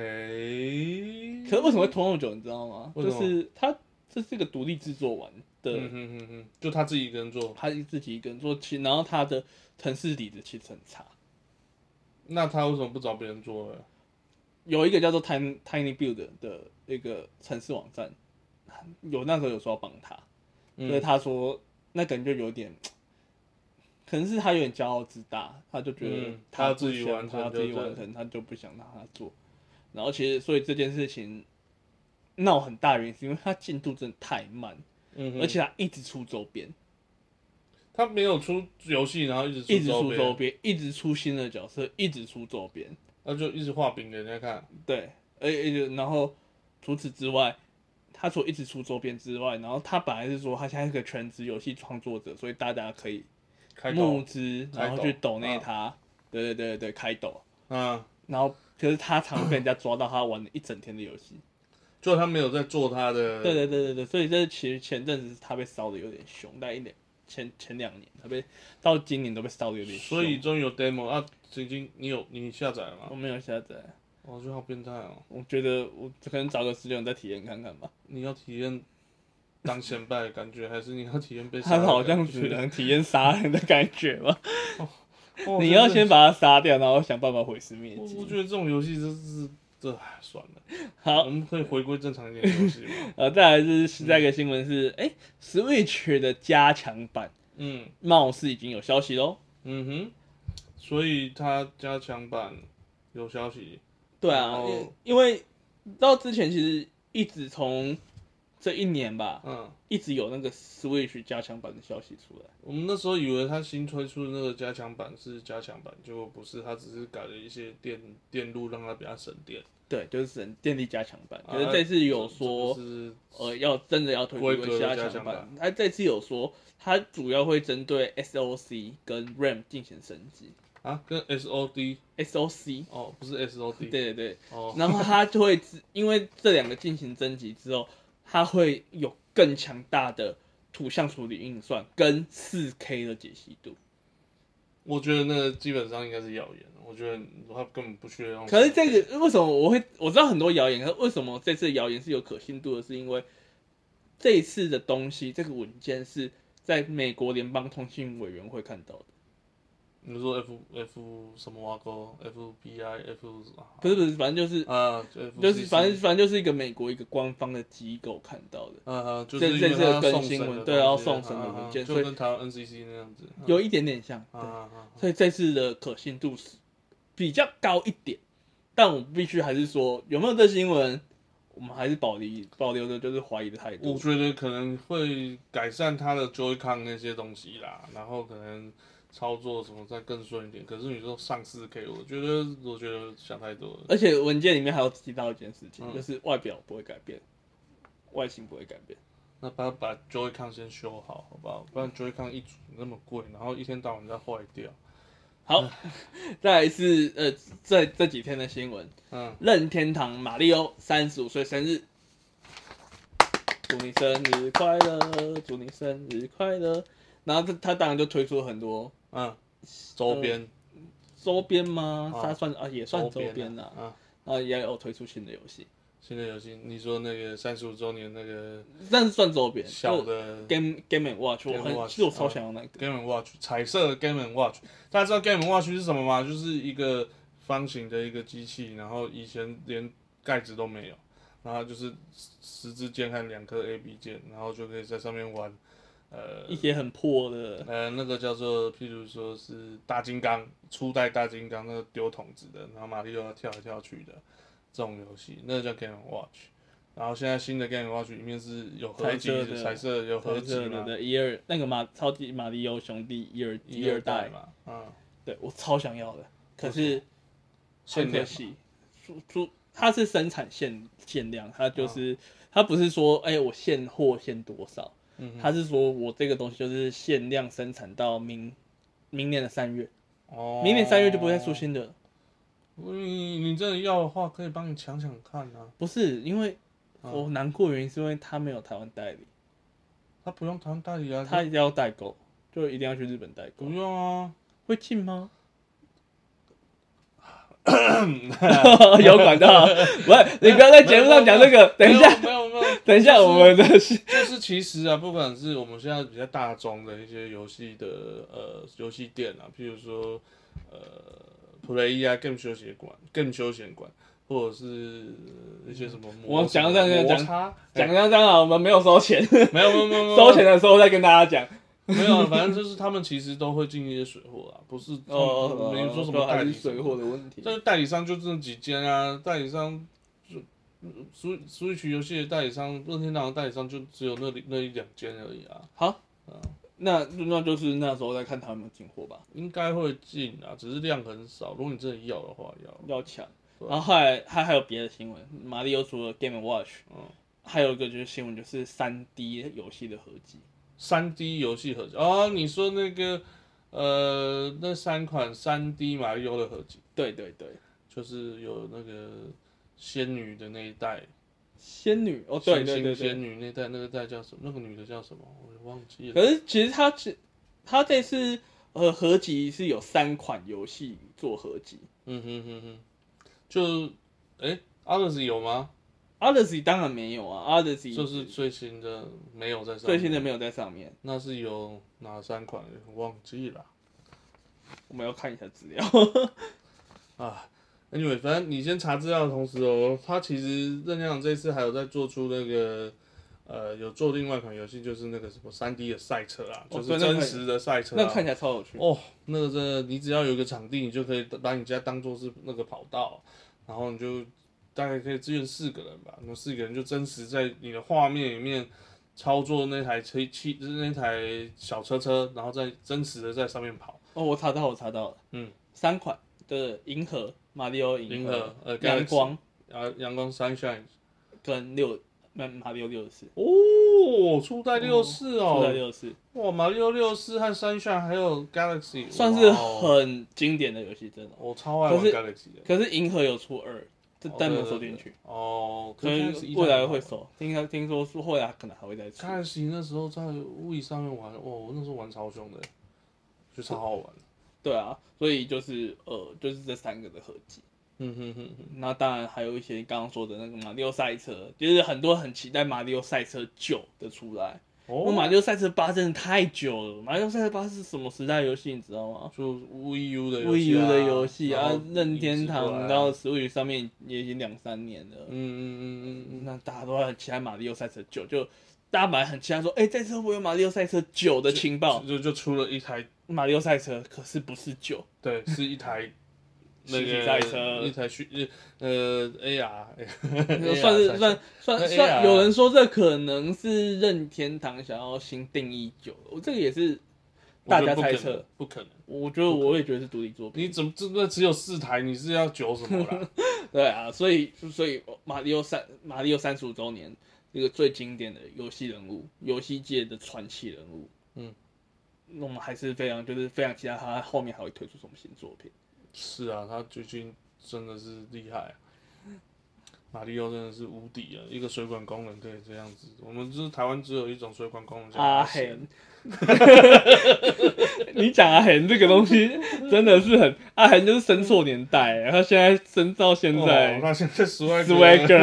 ，OK，可是为什么会拖那么久，你知道吗？嗯为就什么是他这是一个独立制作完的，嗯哼哼哼，就他自己一个人做，他自己一个人做，其然后他的城市底子其实很差。那他为什么不找别人做呢？有一个叫做 Tiny Tiny Build 的一个城市网站，有那时候有说要帮他，所以嗯他说那感觉有点，可能是他有点骄傲自大，他就觉得嗯他不自己想完成他自己就对完成，他就不想让他做。然后其实所以这件事情闹很大原因是因为他进度真的太慢，嗯哼，而且他一直出周边。他没有出游戏，然后一直一直出出周周边，边，一直出新的角色，一直出周边，那就一直画饼给人家看，对，而且而且然后除此之外，他除了一直出周边之外，然后他本来是说他现在是个全职游戏创作者，所以大家可以开募口，资，开然后抖去抖内啊他，对对对对，开抖，嗯，然后可是他常被人家抓到他玩了一整天的游戏，就他没有在做他的，对对对对对，所以这其实前阵子他被烧的有点凶，但一点前前两年他被到今年都被烧的有点凶，所以终于有 demo 啊，晶晶，你有你下载了我吗？没有下载。我觉得好变态哦！我觉得我可能找个时间我再体验看看吧。你要体验当前辈的感觉，还是你要体验被杀他的好像感觉只能体验杀人的感觉吧？哦你要真的先把他杀掉，然后想办法毁尸灭我我迹。觉得这种游戏真是这唉算了，好我，们可以回归正常一点的游戏 嘛。呃，再来是下一个新闻是，哎、s w i t c h 的加强版嗯貌似已经有消息喽。嗯哼，所以它加强版有消息，对啊，哦因因为到之前其实一直从这一年吧，嗯，一直有那个 Switch 加强版的消息出来。我们那时候以为它新推出的那个加强版是加强版，结果不是，它只是改了一些电电路让它比较省电。对，就是只能电力加强版。啊可是这次有说，这个是呃，要真的要推出一规格个的加加强强版版。它这次有说，它主要会针对 SOC 跟 RAM 进行升级。啊，跟 SOD SOC，哦，不是 SOD 对对对，哦，然后它就会知因为这两个进行升级之后，它会有更强大的图像处理运算跟 4K 的解析度。我觉得那个基本上应该是谣言，我觉得它根本不需要用。可哦是这个为什么我会我知道很多谣言，可是为什么这次的谣言是有可信度的？是因为这一次的东西，这个文件是在美国联邦通信委员会看到的，你说 F F 什么挖沟 FBI F 不是不是，反正就是啊，FCC 哦就是反正反正就是一个美国一个官方的机构看到的，啊，就这是因为这次它更送新审闻的对东要西送审啊的啊文啊件就所以跟台湾 NCC 那样子有一点点像，啊对，啊啊所以这次的可信度是比较高一点，但我必须还是说有没有这新闻，我们还是保留保留着就是怀疑的态我度。觉得可能会改善它的 Joy-Con 那些东西啦，然后可能操作什么再更顺一点。可是你说上四 K，我觉得我觉得想太多了。而且文件里面还有提到一件事情，嗯就是外表不会改变，外形不会改变。那把把 Joy-Con 先修好，好不好？不然 Joy-Con 一组那么贵，然后一天到晚在坏掉。好， 再来是呃这这几天的新闻，嗯，任天堂马里奥三十五岁生日，祝你生日快乐，祝你生日快乐。然后他他当然就推出很多嗯，周边、周边吗？哦他算啊也算周边边啦啊，，嗯，啊也有推出新的游戏，新的游戏，你说那个三十五周年那个但是算周边。小就的 Game Game and Watch，我 Game 很 Watch，其实我超想要那个， Game Watch 彩色的 Game Watch，大家知道 Game Watch 是什么吗？就是一个方形的一个机器，然后以前连盖子都没有，然后就是十字键和两颗 A B 键，然后就可以在上面玩，呃一些很破的，呃，那个叫做譬如说是大金刚，初代大金刚那个丢桶子的，然后马里奥要跳来跳去的这种游戏，那个叫 Game Watch。然后现在新的 Game Watch 里面是有合集彩色的彩色有合集对对嘛，对，一二那个马超级马里奥兄弟一二一一二代，嘛，嗯，对我超想要的，可是限很可量惜，出出它是生产限限量，它哦就是、它不是说哎、我现货限多少，嗯哼它是说我这个东西就是限量生产到明明年的三月，哦，明年三月就不会再出新的了。你你真的要的话，可以帮你抢抢看啊。不是因为嗯我难过，原因是因为它没有台湾代理，他不用谈代理啊，它一定要代购，就一定要去日本代购不，用啊。会进 吗？有管道，不是你不要在节目上讲这个。等一下，没有没有没有，等一下，我们的是就是其实啊，不管是我们现在比较大众的一些游戏的呃游戏店啊，譬如说呃 Play 啊 Game 休闲馆、Game 休闲馆，或者是一些什么摩我讲讲讲摩擦 讲讲讲啊，我们没有收钱，没有没有没有没 有收钱的时候再跟大家讲。没有，啊，反正就是他们其实都会进一些水货啊，不是哦，没有说什么代还理是什么水货的问题。但是代理商就这几间啊，代理商就 Switch Switch 游戏的代理商，任天堂的代理商就只有那里那一两间而已啊，好嗯，那那就是那时候再看他们进货吧，应该会进啊，只是量很少。如果你真的要的话，要。要抢。对然后后来还还有别的新闻，马里奥除了 Game Watch，嗯，还有一个就是新闻就是三 D 游戏的合集。三 D 游戏合集哦，你说那个呃，那三款三 D 马里奥的合集，对对对，就是有那个仙女的那一代，仙女哦，对星对星对对仙。女那一代，那个代叫什么？那个女的叫什么？我忘记了。可是其实它其它这次呃合集是有三款游戏做合集嗯哼哼哼，就哎，Others 有吗？ ，Odyssey 当然没有啊，Odyssey 就是最新的没有在上面，最新的没有在上面，那是有哪三款？我忘记了我们要看一下资料。啊。Anyway，反正你先查资料的同时哦，它其实任天堂这次还有在做出那个。呃，有做另外一款游戏，就是那个什么三 D 的赛车啊，哦就对是那真款实的赛车、啊那看起来超有趣，哦，那个真的，你只要有一个场地，你就可以把你家当做是那个跑道，然后你就大概可以支援四个人吧，那四个人就真实在你的画面里面操作那台车汽，就是那台小车车，然后再真实的在上面跑。哦，我查到，我查到了，嗯，三款的银河、马里奥银银河河、呃阳光啊，阳光 sunshine，跟六马马里奥六十四，哦，初代六嗯初四代哦，六十四哇，马里奥六四和 sunshine 还有 galaxy，算是哇哦很经典的游戏，真的。我超爱玩可是 galaxy 的，可是银河有出二，这但没有收进去，哦，所对对对哦可以是未来会收。听他听说是后来可能还会再出。 galaxy 那时候在 Wii 上面玩，哇，我那时候玩超凶的，就超好玩。对啊，所以就是呃，就是这三个的合集。嗯哼哼哼，那当然还有一些刚刚说的那个马里奥赛车，就是很多很期待马里奥赛车九的出来。我哦，马里奥赛车八真的太久了，马里奥赛车八是什么时代游戏你知道吗就 Wii U 的游？Wii 戏 U 啊的游戏啊然后，任天移植过来堂啊然后 Switch 上面也已经两三年了。嗯嗯嗯嗯嗯，那大家都很期待马里奥赛车九，就大家本来很期待说，哎、这次会不会有马里奥赛车九的情报？就就出了一台，马里奥赛车可是不是九，对，是一台那实个 体赛车一台虚呃 AR，算是算那算 AR 算，有人说这可能是任天堂想要新定义九，我这个也是大家猜测，，我觉得不可能不可能。我觉得我也觉得是独立作品，你怎么这那只有四台？你是要九什么啦？对啊，所以所以马里奥三马里奥三十五周年这个最经典的游戏人物，游戏界的传奇人物，嗯，那我们还是非常就是非常期待他后面还会推出什么新作品。是啊，他最近真的是厉害、啊马里奥真的是无敌啊！一个水管工人可以这样子，我们就是台湾只有一种水管工人叫阿贤恒， 你讲阿恒这个东 西真的是很，阿恒就是生错年代，然后现在生到现哦在，那现在十万斯威格，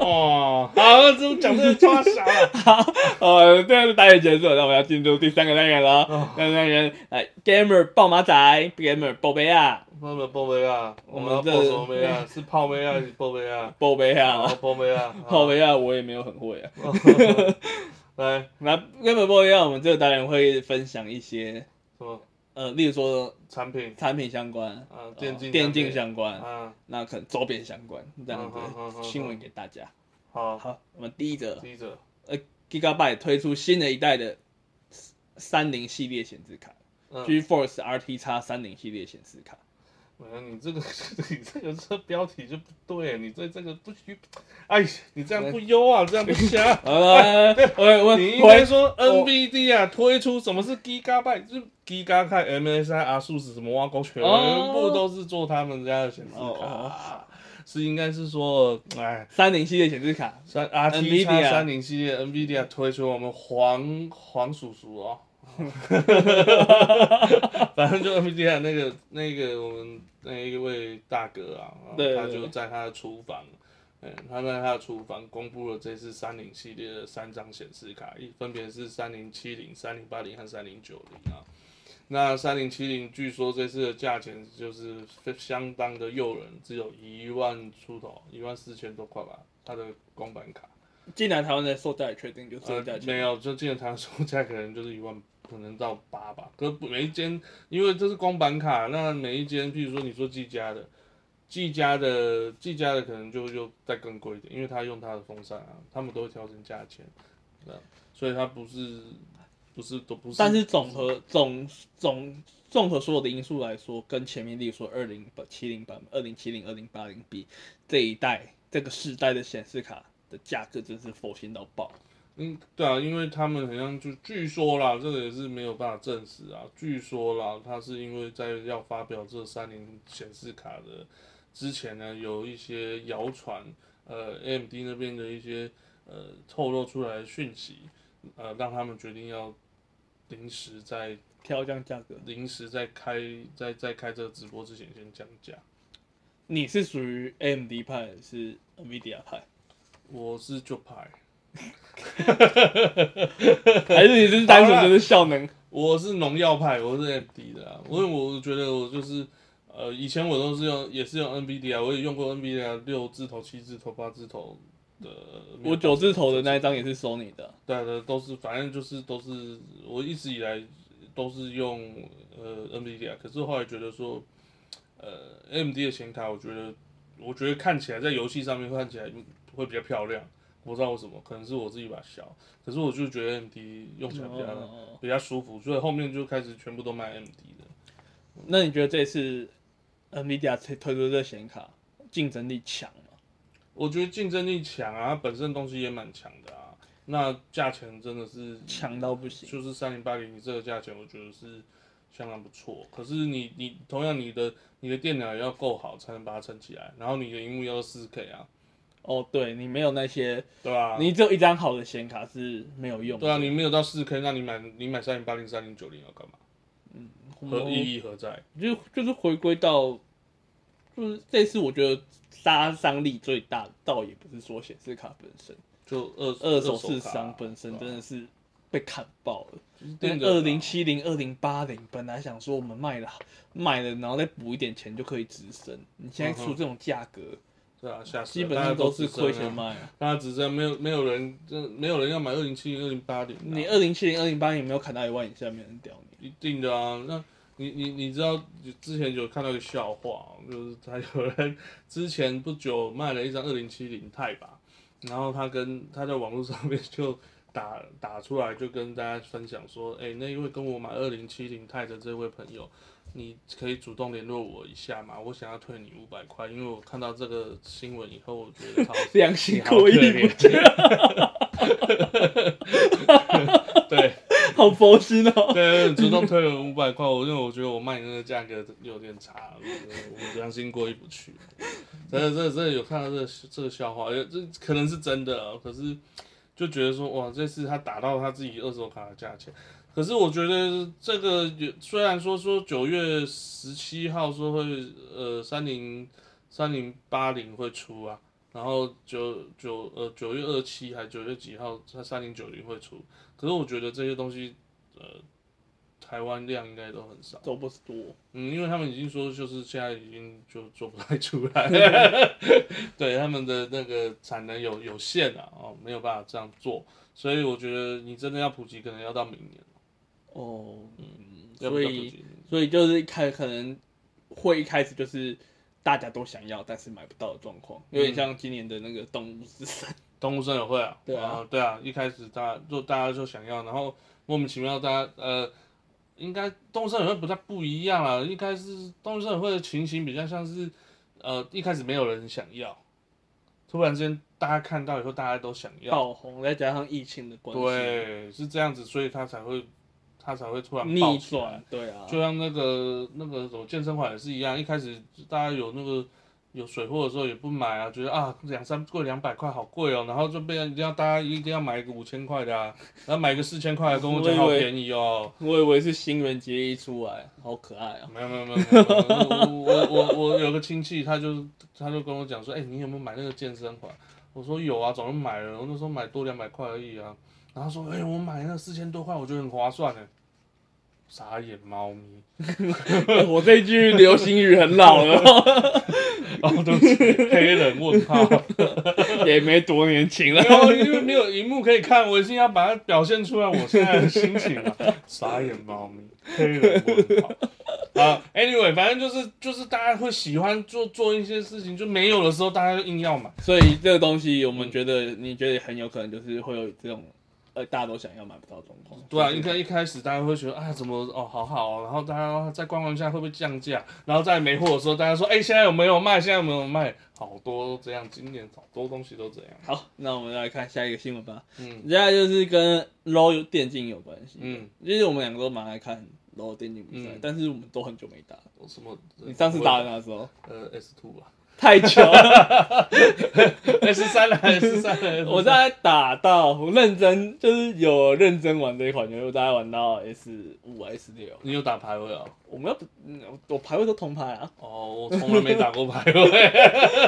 哦， 好，这种讲这个抓小了。呃，这样打野结束，那我们要进入第三个单元了哦。那单元，哎，gamer 爆马仔，gamer 宝贝啊，那么爆杯啊，我我们们要爆这什么杯啊？是泡杯啊，还是爆杯啊？宝贝好，啊，爆杯啊，好宝。贝啊，我也没有很会啊。来，那 gamer 宝贝啊，我们这个单元会分享一些，什么呃，例如说产品？产品相关，啊，电竞，呃电竞相关，啊，那可能周边相关这样子嗯嗯嗯嗯嗯的新闻给大家。好，好，我们第一则第一者， ，Gigabyte 推出新的一代的三零系列显示卡嗯， ，GeForce RT X 三零系列显示卡。我说哎你这个， 你这个这标题就不对，你这这个不虚，哎，你这样不优啊，这样不 瞎。呃， 我我你应该回说我 NVD 啊，推出什么是 Gigabyte，就是 Gigabyte、MSI、R 数值什么挖沟，啊全哦部都是做他们家的显示卡哦，是应该是说，哎，三零系列显示卡，三 RT NVIDIA 叉三零系列 NVIDIA 推出我们黄黄叔叔 哦，反正就 NVIDIA 啊那个那个我们那一位大哥啊，对他对就在他的厨房。嗯，他在他的厨房公布了这次三零系列的三张显示卡，一分别是三零七零、三零八零和三零九零啊。那三零七零据说这次的价钱就是非相当的诱人，只有一万出头，一万四千多块吧，它的公版卡。进来台湾的售价也确定就这个价呃、钱。没有，就进台售价可能就是一万，可能到八吧。可不每一间，因为这是公版卡，那每一间，譬如说你说技嘉的，技嘉的技嘉的可能就就再更贵一点，因为他用他的风扇啊，他们都会调整价钱，那所以它不是不是都不是。但是总和总总综合所有的因素来说，跟前面例如说二零七零版、二零七零、二零八零比，这一代这个世代的显示卡的价格真是佛心到爆。嗯，对啊，因为他们好像就据说啦，这个也是没有办法证实啊。据说啦，他是因为在要发表这三零显示卡的之前呢，有一些谣传，呃，AMD 那边的一些呃透露出来的讯息，呃，让他们决定要临时在挑这样价格，临时在开在在开这个直播之前先降价。你是属于 AMD 派还是 NVIDIA 派，我是就牌，还是你是单纯就是效能？我是农药派，我是 MD 的、啊，因为我觉得我就是，呃，以前我都是用，也是用 NVD 啊，我也用过 NVD 啊，六字头、七字头、八字头的，我九字头的那一张也是 Sony 的，对对，都是，反正就是都是，我一直以来都是用呃 NVD 啊，可是后来觉得说，呃，AMD 的显卡，我觉得我觉得看起来在游戏上面会看起来会比较漂亮，我不知道为什么，可能是我自己把小，可是我就觉得 MD 用起来比较、哦比较舒服，所以后面就开始全部都卖 MD 的。那你觉得这次 NVIDIA 推推出这个显卡竞争力强吗？我觉得竞争力强啊，它本身东西也蛮强的啊，那价钱真的是强到不行。就是三零八零，你这个价钱我觉得是相当不错。可是你你同样你的你的电脑也要够好才能把它撑起来，然后你的荧幕要四 K 啊，哦，对你没有那些，对吧、你只有一张好的显卡是没有用的。对啊，你没有到四 K，那你买你买三零八零、三零九零要干嘛？我何意义何在？嗯就就是回归到，就是这次我觉得杀伤力最大，倒也不是说显示卡本身，就二二手啊手市卡啊场本身对真啊的是被砍爆了。就是电子卡二零七零、二零八零，本来想说我们卖了卖了，然后再补一点钱就可以直升，你现在嗯出这种价格，对啊，下基本上都是亏钱卖啊。大家只剩没有没有人，这没有人要买二零七零、二零八零，啊你二零七零、二零八零没有砍到一万以下，没有人屌你。一定的啊，那你你你知道之前有看到一个笑话，就是他有人之前不久卖了一张二零七零钛吧，然后他跟他在网络上面就打打出来，就跟大家分享说，哎、那一位跟我买二零七零钛的这位朋友，你可以主动联络我一下嘛，我想要退你五百块，因为我看到这个新闻以后，我觉得他良心过意不去。 对，啊 好佛心哦！对，主动退了五百块，我因为我觉得我卖你那个价格有点差，我觉得我良心过意不去。真的，真的，真的有看到这个这个笑话，有这可能是真的啊，可是就觉得说哇，这次他打到他自己二手卡的价钱。可是我觉得这个有虽然说说九月十七号说会呃三零三零八零会出啊，然后九九呃九月二七还九月几号它三零九零会出，可是我觉得这些东西呃台湾量应该都很少，都不是多，嗯，因为他们已经说就是现在已经就做不太出 来，对他们的那个产能有有限啊，哦，没有办法这样做，所以我觉得你真的要普及，可能要到明年，哦，嗯要不所要普以及？所以就是一开可能会一开始就是大家都想要，但是买不到的状况，有嗯点像今年的那个动物之森。动物森友会啊，对啊对啊，一开始大家就大家就想要，然后莫名其妙大家呃，应该动物森友会不太不一样啦，应该是动物森友会的情形比较像是呃一开始没有人想要，突然之间大家看到以后大家都想要，爆红，再加上疫情的关系，对，是这样子，所以他才会他才会突然爆逆出来转，，对啊，就像那个那个什么健身环也是一样，一开始大家有那个有水货的时候也不买啊，觉得啊两三贵两百块好贵哦，然后就被人家大家一定要买一个五千块的啊，然后买一个四千块的跟我讲好我以为便宜哦。我以为是新垣结衣出来，好可爱啊！没有没有没有，没有我我我我有个亲戚，他就他就跟我讲说，哎、你有没有买那个健身环？我说有啊，早就买了，我那时候买多两百块而已啊。然后他说，哎、我买那四千多块，我觉得很划算呢。傻眼猫咪， 我这一句流行语很老了， 哦，对不起，黑人问号。也没多年轻了 没。有，因为没有荧幕可以看，我一定要把它表现出来我现在的心情啊！ 傻眼猫咪，黑人问 号。啊，anyway，反正就是就是大家会喜欢做做一些事情，就没有的时候大家就硬要买。所以这个东西，我们觉得你觉得很有可能就是会有这种，呃，大家都想要买不到的状况。对啊，一开一开始大家会觉得啊，怎么哦，好好、哦，然后大家在观望一下会不会降价，然后在没货的时候，大家说，哎、现在有没有卖？现在有没有卖？好多都这样，今年好多东西都这样。好，那我们来看下一个新闻吧。嗯接下来就是跟 LO 电竞有关系。嗯，其实我们两个都蛮爱看 LO 电竞比赛，嗯但是我们都很久没打。什么？你上次打的哪时候？呃 S two 吧太久了， ，S 哎三了，S 三了。我大概打到我认真，就是有认真玩这一款游戏，我大概玩到 S 五、S 六。你有打排位啊？我们要不，嗯我排位都铜牌啊，哦，我从来没打过排 位。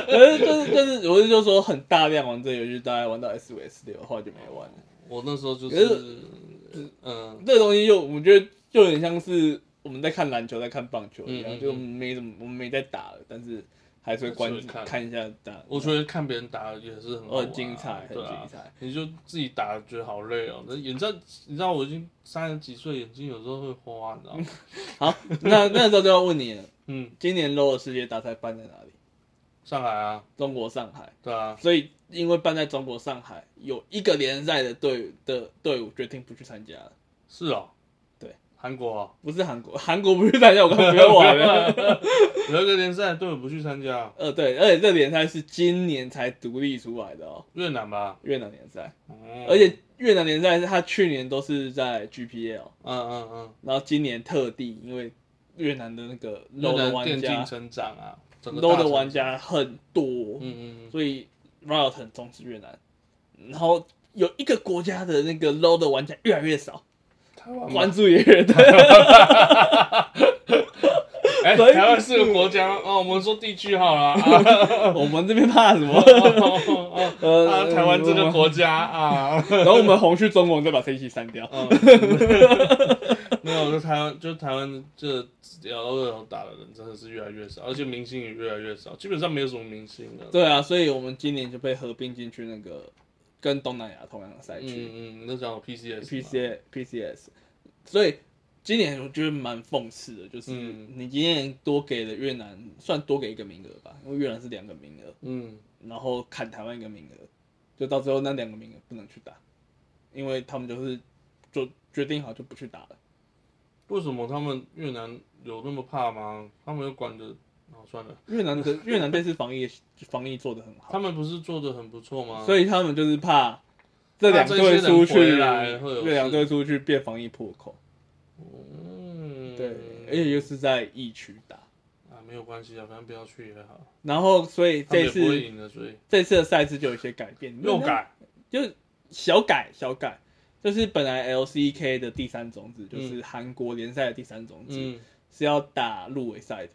可是就是就是，我是就说很大量玩这个游戏，大概玩到 S 五、S 六，后来就没玩了。我那时候就可是，嗯，这个东西就我觉得就有点像是我们在看篮球、在看棒球一样，嗯嗯嗯就没怎么我们没在打了，但是还是会关还是会看看一下打。我觉得看别人打也是很哦好玩啊很精彩，很对啊精。彩。你就自己打觉得好累哦，那眼睛你知道我已经三十几岁，眼睛有时候会花，你知 道吗？好，那那时候就要问你了，嗯，今年 LO 的世界大赛办在哪里？上海啊，中国上海，对啊，所以因为办在中国上海，有一个联赛的队伍的队伍决定不去参加了，是哦，对，韩国哦，不是韩国，韩国不去参加，我刚刚不要玩 了。 有一个联赛队伍不去参加，呃，对，而且这联赛是今年才独立出来的哦，越南吧，越南联赛，嗯而，且越南联赛是他去年都是在 GPL，嗯嗯嗯，哦然后今年特地因为越南的那个 low 越的南电玩竞家成长啊，整个大，low 的成玩长，家很多，嗯嗯嗯，所以 Riot 很重视越南，然后有一个国家的那个 low 的玩家越来越少，台湾吗关注也越 大。哎，所以台湾是个国家哦，我们说地区好了啊，我们这边怕什么？哦哦哦呃 啊，台湾这个国家啊，然后我们红去中文再把这一期删掉。嗯，没有，就台湾，就台湾这 L 打的人真的是越来越少，而且明星也越来越少，基本上没有什么明星了。对啊，所以我们今年就被合并进去那个跟东南亚同样的赛区、嗯嗯，那讲 PCS 嘛 p c PCS，所以今年我觉得蛮讽刺的，就是嗯你今年多给了越南，算多给一个名额吧，因为越南是两个名额，嗯，然后砍台湾一个名额，就到最后那两个名额不能去打，因为他们就是就决定好就不去打了。为什么他们越南有那么怕吗？他们又管的，哦，算了，越南 的越南这次防疫防疫做得很好。他们不是做的很不错吗？所以他们就是怕这两队出去，嗯怕这些人回来会有事这两队出去变防疫破口。嗯，对，而且又是在疫区打，啊，没有关系啊，反正不要去也好，然后所以他们这也不会次赢的，所以这次的赛制就有一些改变，又，改，就小改小改，就是本来 LCK 的第三种子，就是韩国联赛的第三种子、嗯，是要打入围赛的。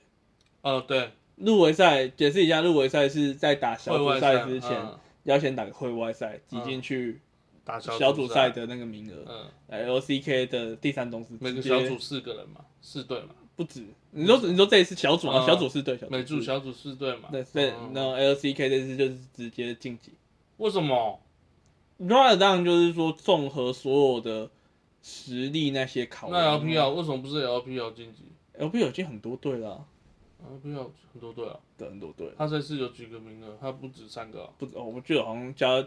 哦，对，入围赛解释一下，入围赛是在打小会组外赛之前，嗯要先打个会外赛，挤进去打小组赛赛，的那个名额。嗯， LCK 的第三种子每直个接小组四个人嘛，四队嘛，不止，你说你说这一次小组啊，嗯小组是对小组每组是小组四队嘛，对对，嗯那 LCK 这次就是直接晋级。为什么？ Riot 当然就是说综合所有的实力那些考那量。 LPL 为什么不是 LPL 晋级 LPL 已经很多队了啊， ？LPL 很多队啊，对，很多队了，他这次有几个名额？他不止三个啊不止哦，我记得好像加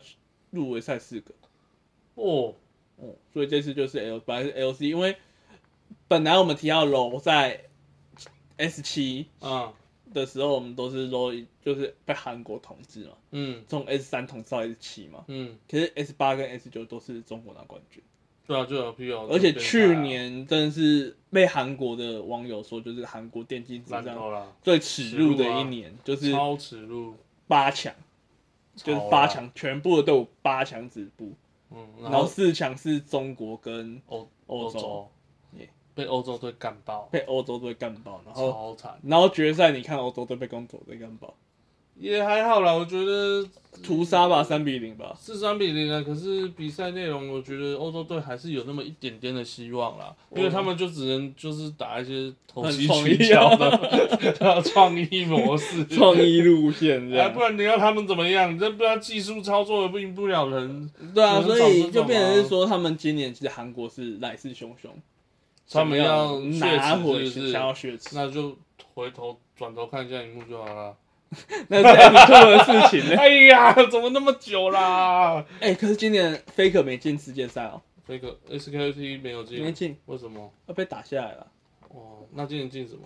入围赛四个哦，哦，所以这次就是 L 本来是 LC，因为本来我们提到楼在 S 七啊，的时候，我们都是说就是被韩国统治嘛，嗯从 S 三统治到 S 七嘛。嗯，可是 S 八跟 S 九都是中国拿冠军，对啊，就 LPL，而且就变态啊去年真的是被韩国的网友说，就是韩国电竞史烂上透了，最耻辱的一年，就是超耻辱，八强，就是超啊八，强全部都有八强止步，嗯，然然后后四强是中国跟欧欧洲，洲耶被欧洲队干爆，被欧洲队干爆，然后超惨，然后决赛你看欧洲队被中国队干爆，也还好啦，我觉得屠杀吧，三比零吧，是三比零啊，可是比赛内容，我觉得欧洲队还是有那么一点点的希望啦，因为他们就只能就是打一些投机取巧 的啊创意模式，啊创意啊路线这哎，样不。然你要他们怎么样？这不然技术操作也不赢不了人，对啊，只能所找以这就种变成啊是说，他们今年其实韩国是来势汹汹，他们要想拿回血池是去，不是想要血池，那就回头转头看一下荧幕就好 了。那是 F 做的事 情呢。哎呀，怎么那么久啦？哎、可是今年 Faker 没进世界赛哦，这个 SKT 没有没进，进，为什么？要被打下来了。哦，那今年进什么？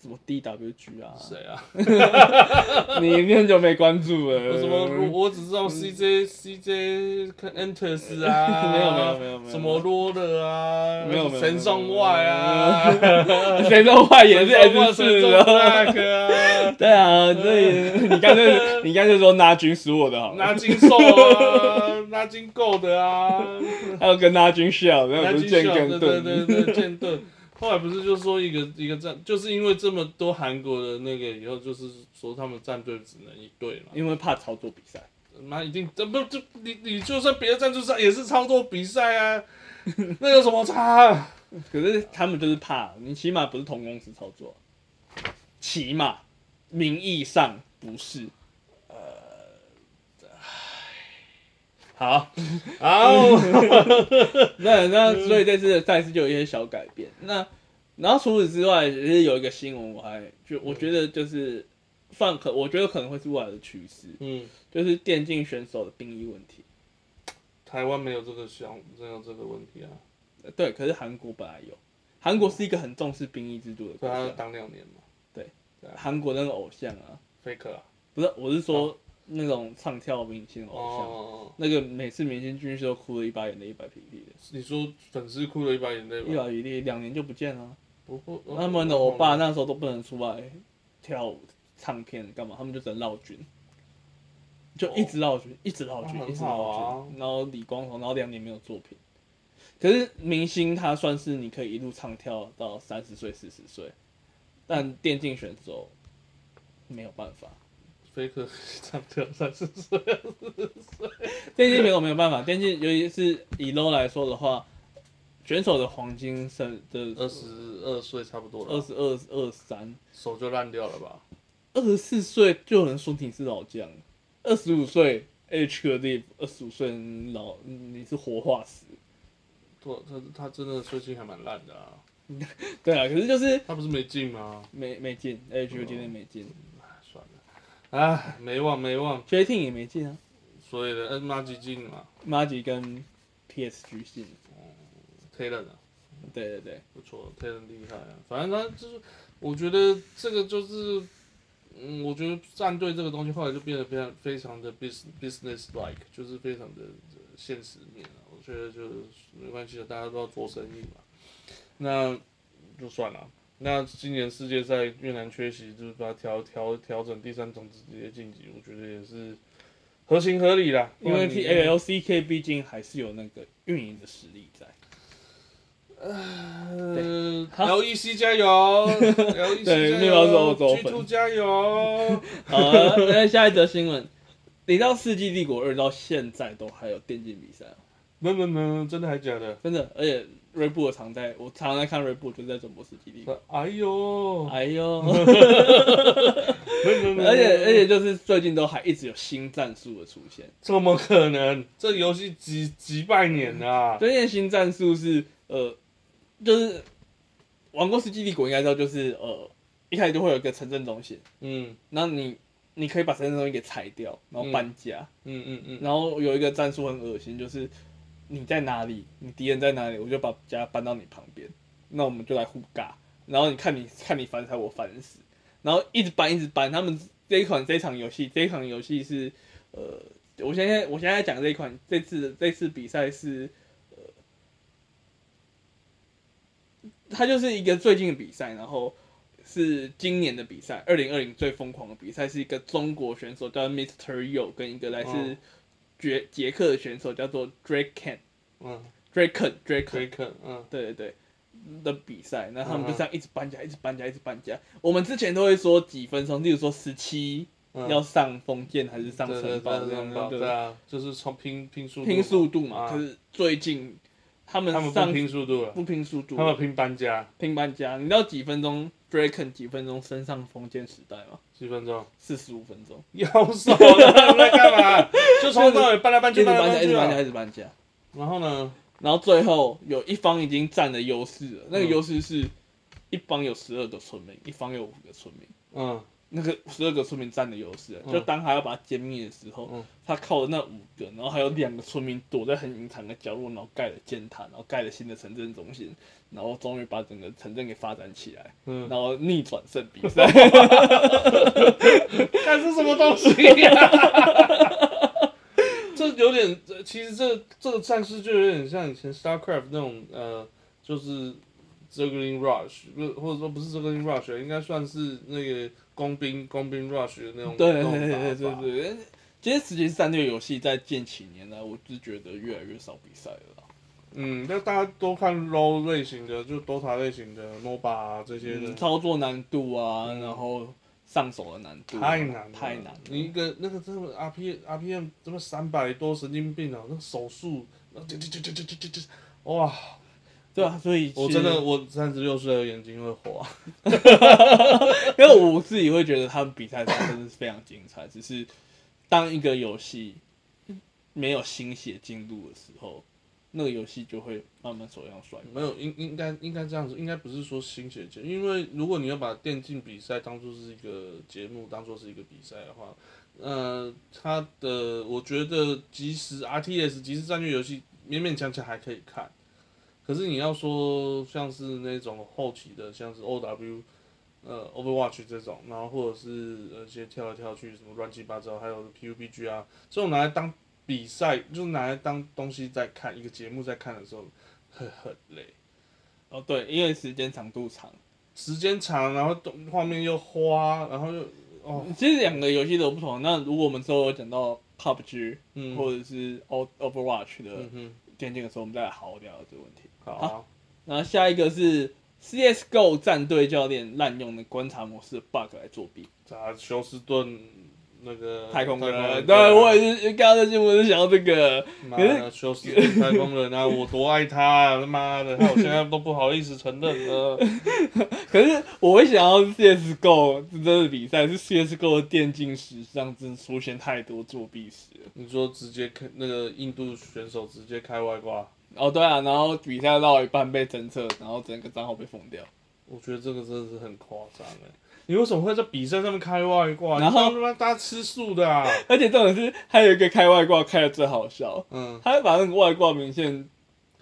什么 DWG 啊？谁啊？ 你很久没关注了。有什么？我我只知嗯道 CJ CJ 看 Enters 啊，没有没有没有没有什么 Roller 啊，没有没有神送外啊， 谁都坏也是 S 神四送哦。那个对啊，所以你干脆你干脆说拿军输我的好了， 拿金兽啊，拿金 Gold 啊，还有跟拿军 shell，然拿后金剑小跟对盾，对对对剑盾。 后来不是就说一个一个战，就是因为这么多韩国的那个以后，就是说他们战队只能一队嘛。因为怕操作比赛。妈一定，这不这你你就算别的战术上也是操作比赛 啊，那有什么差、啊？可是他们就是怕你，起码不是同公司操作，起码名义上不是。呃好，好， 那那所以这次的赛事就有一些小改变。那然后除此之外，其实有一个新闻我还就我觉得就是算可，我觉得可能会是未来的趋势，嗯，就是电竞选手的兵役问题。台湾没有这个想没有这个问题啊，呃对，可是韩国本来有，韩国是一个很重视兵役制度的国所以他要家。当两年嘛韩国那个偶像啊， ，fake 啊，不是，我是说那种唱跳明星的偶像，哦，那个每次明星军训都哭了一把眼泪一百鼻涕的，你说粉丝哭了一把眼泪一吧？把鼻涕两年就不见了。不哦会，他们的欧巴那时候都不能出来跳舞、唱片干嘛，他们就只能绕军，就一直绕军，一直绕军哦那，很一直绕好啊军。然后李光头，然后两年没有作品。可是明星他算是你可以一路唱跳到三十岁、四十岁，但电竞选手没有办法， fake 唱跳三十岁，电竞选手没有办法，电竞尤其是以 low 来说的话，选手的黄金生的二十二岁差不多了二吧，十二、二三。手就烂掉了吧？二十四岁就有人说你是老将，二十五岁 H 个地，二十五岁你老你是活化石。对，他他真的最近还蛮烂的啊，对啊，可是就是他不是没进吗？没没进 H 个今天没进哎算了，哎，没望没望， j t 也没进啊，所以呢，恩马吉进嘛马吉跟 PSG 进， ，Taylor 呢？对对对，不错，泰伦厉害啊。反正他就是，我觉得这个就是，嗯，我觉得战队这个东西后来就变得非常非常的 business business like，就是非常的呃现实面了、我觉得就是没关系的，啊大家都要做生意嘛。那就算了。那今年世界赛越南缺席，就是把它调调调整第三种子直接晋级，我觉得也是合情合理啦。因为呃不然你 P L C K 毕竟还是有那个运营的实力在。呃好，LEC 加油 ，LEC 对加面包是油欧洲，G 粉 Two 加油。好啊，那下一则新闻，你到《世纪帝国二》到现在都还有电竞比赛哦，没没没，真的还假的？真的，而且锐步我常在，我常常在看锐步，就是在转播《世纪帝国》。哎呦，哎呦！没没没， 而且而且就是最近都还一直有新战术的出现，怎么可能？这游戏几几百年啊！最近的新战术是呃，就是玩过《世纪帝国》应该知道，就是呃一开始就会有一个城镇中心，嗯然后你你可以把城镇中心给拆掉，然后搬家，嗯嗯嗯，然后有一个战术很恶心，就是你在哪里，你敌人在哪里，我就把家搬到你旁边，那我们就来互尬，然后你看你看你烦死还我烦死，然后一直搬一直搬，他们这一款这一场游戏这一款游戏是呃，我现在我现在讲这一款这次这次比赛是呃，它就是一个最近的比赛，然后。是今年的比赛，二零二零最疯狂的比赛是一个中国选手叫 Mr. Yo 跟一个来自哦捷捷克的选手叫做 Draken 嗯， Draken 可 Draken，以看，嗯对对对的比赛，那他们嗯哼就这样一直搬家，一直搬家，一直搬家。我们之前都会说几分钟，例如说十七嗯，要上封建还是上对对城堡对这对样的，对对啊，就是从拼拼速度嘛拼速度嘛。啊可是最近他们他们上不拼速度了，不拼速度他，们拼搬家，拼搬家。你知道几分钟 Draken 几分钟升上封建时代吗？几分钟。四十五分钟，要手了，他们在干嘛？就从头到尾搬来搬一 去，直搬来搬家，一去直搬家，啊。一直搬家。然后呢？然后最后有一方已经占了优势了，那个嗯优势是一方有十二个村民，一方有五个村民，嗯那个十二个村民占的优势了。嗯就当他要把它歼灭的时候，嗯他靠着那五个，然后还有两个村民躲在很隐藏的角落，然后盖了尖塔，然后盖了新的城镇中心，然后终于把整个城镇给发展起来，嗯，然后逆转胜 比赛。 看是什么东西呀、 这有点，这其实这这个战士就有点像以前 StarCraft 那种呃，就是 Zergling Rush，不或者说不是 Zergling Rush，应该啊算是那个工兵工兵 Rush 的那种对对那种对对打法对对。其实，实际战略游戏在近几年来，我是觉得越来越少比赛了啦。嗯，那大家多看 LO 类型的，就 DOTA 类型的 MOBA 啊这些的嗯，，操作难度啊，嗯然后上手的难度啊、太难了太难了。你一个那个真的 R P R P M 怎么三百多神经病啊？那个手速，那就就就就就就就，哇！对啊，所以我其真的实，我三十六岁的眼睛会火、啊。 因为我自己会觉得他们比赛赛真的是非常精彩，只是当一个游戏没有新血进入的时候，那个游戏就会慢慢走向衰败。没有，应应该应该这样子，应该不是说新血节，因为如果你要把电竞比赛当做是一个节目，当做是一个比赛的话，呃，它的我觉得即时 RTS 即时战略游戏勉勉强强还可以看，可是你要说像是那种后期的，像是 OW。呃，Overwatch 这种，然后或者是呃一些跳来跳去什么乱七八糟，还有 PUBG 啊，这种拿来当比赛，就是拿来当东西在看一个节目在看的时候，很很累。哦，对，因为时间长度长，时间长，然后动画面又花，然后又哦，其实两个游戏都不同。那如果我们之后有讲到 PUBG 嗯，或者是 O Overwatch 的嗯哼，电竞的时候，我们再来好好聊聊这个问题。好啊，然后下一个是 CS:GO 战队教练滥用的观察模式的 bug 来作弊。咋休斯顿那个太空人，对啊对我也是看到这新闻是想到这个，妈的休斯顿太空人啊，我多爱他啊，他妈的，害我现在都不好意思承 认了。可是我会想要 CSGO 真正的比赛是 CSGO 的电竞史上真的出现太多作弊史了。你说直接开那个印度选手直接开外挂，哦，对啊，然后比赛到一半被侦测，然后整个账号被封掉。我觉得这个真的是很夸张哎。你为什么会在比赛上面开外挂？然后你当他妈大家吃素的啊？而且重点是还有一个开外挂开的最好笑，嗯，他会把那个外挂名片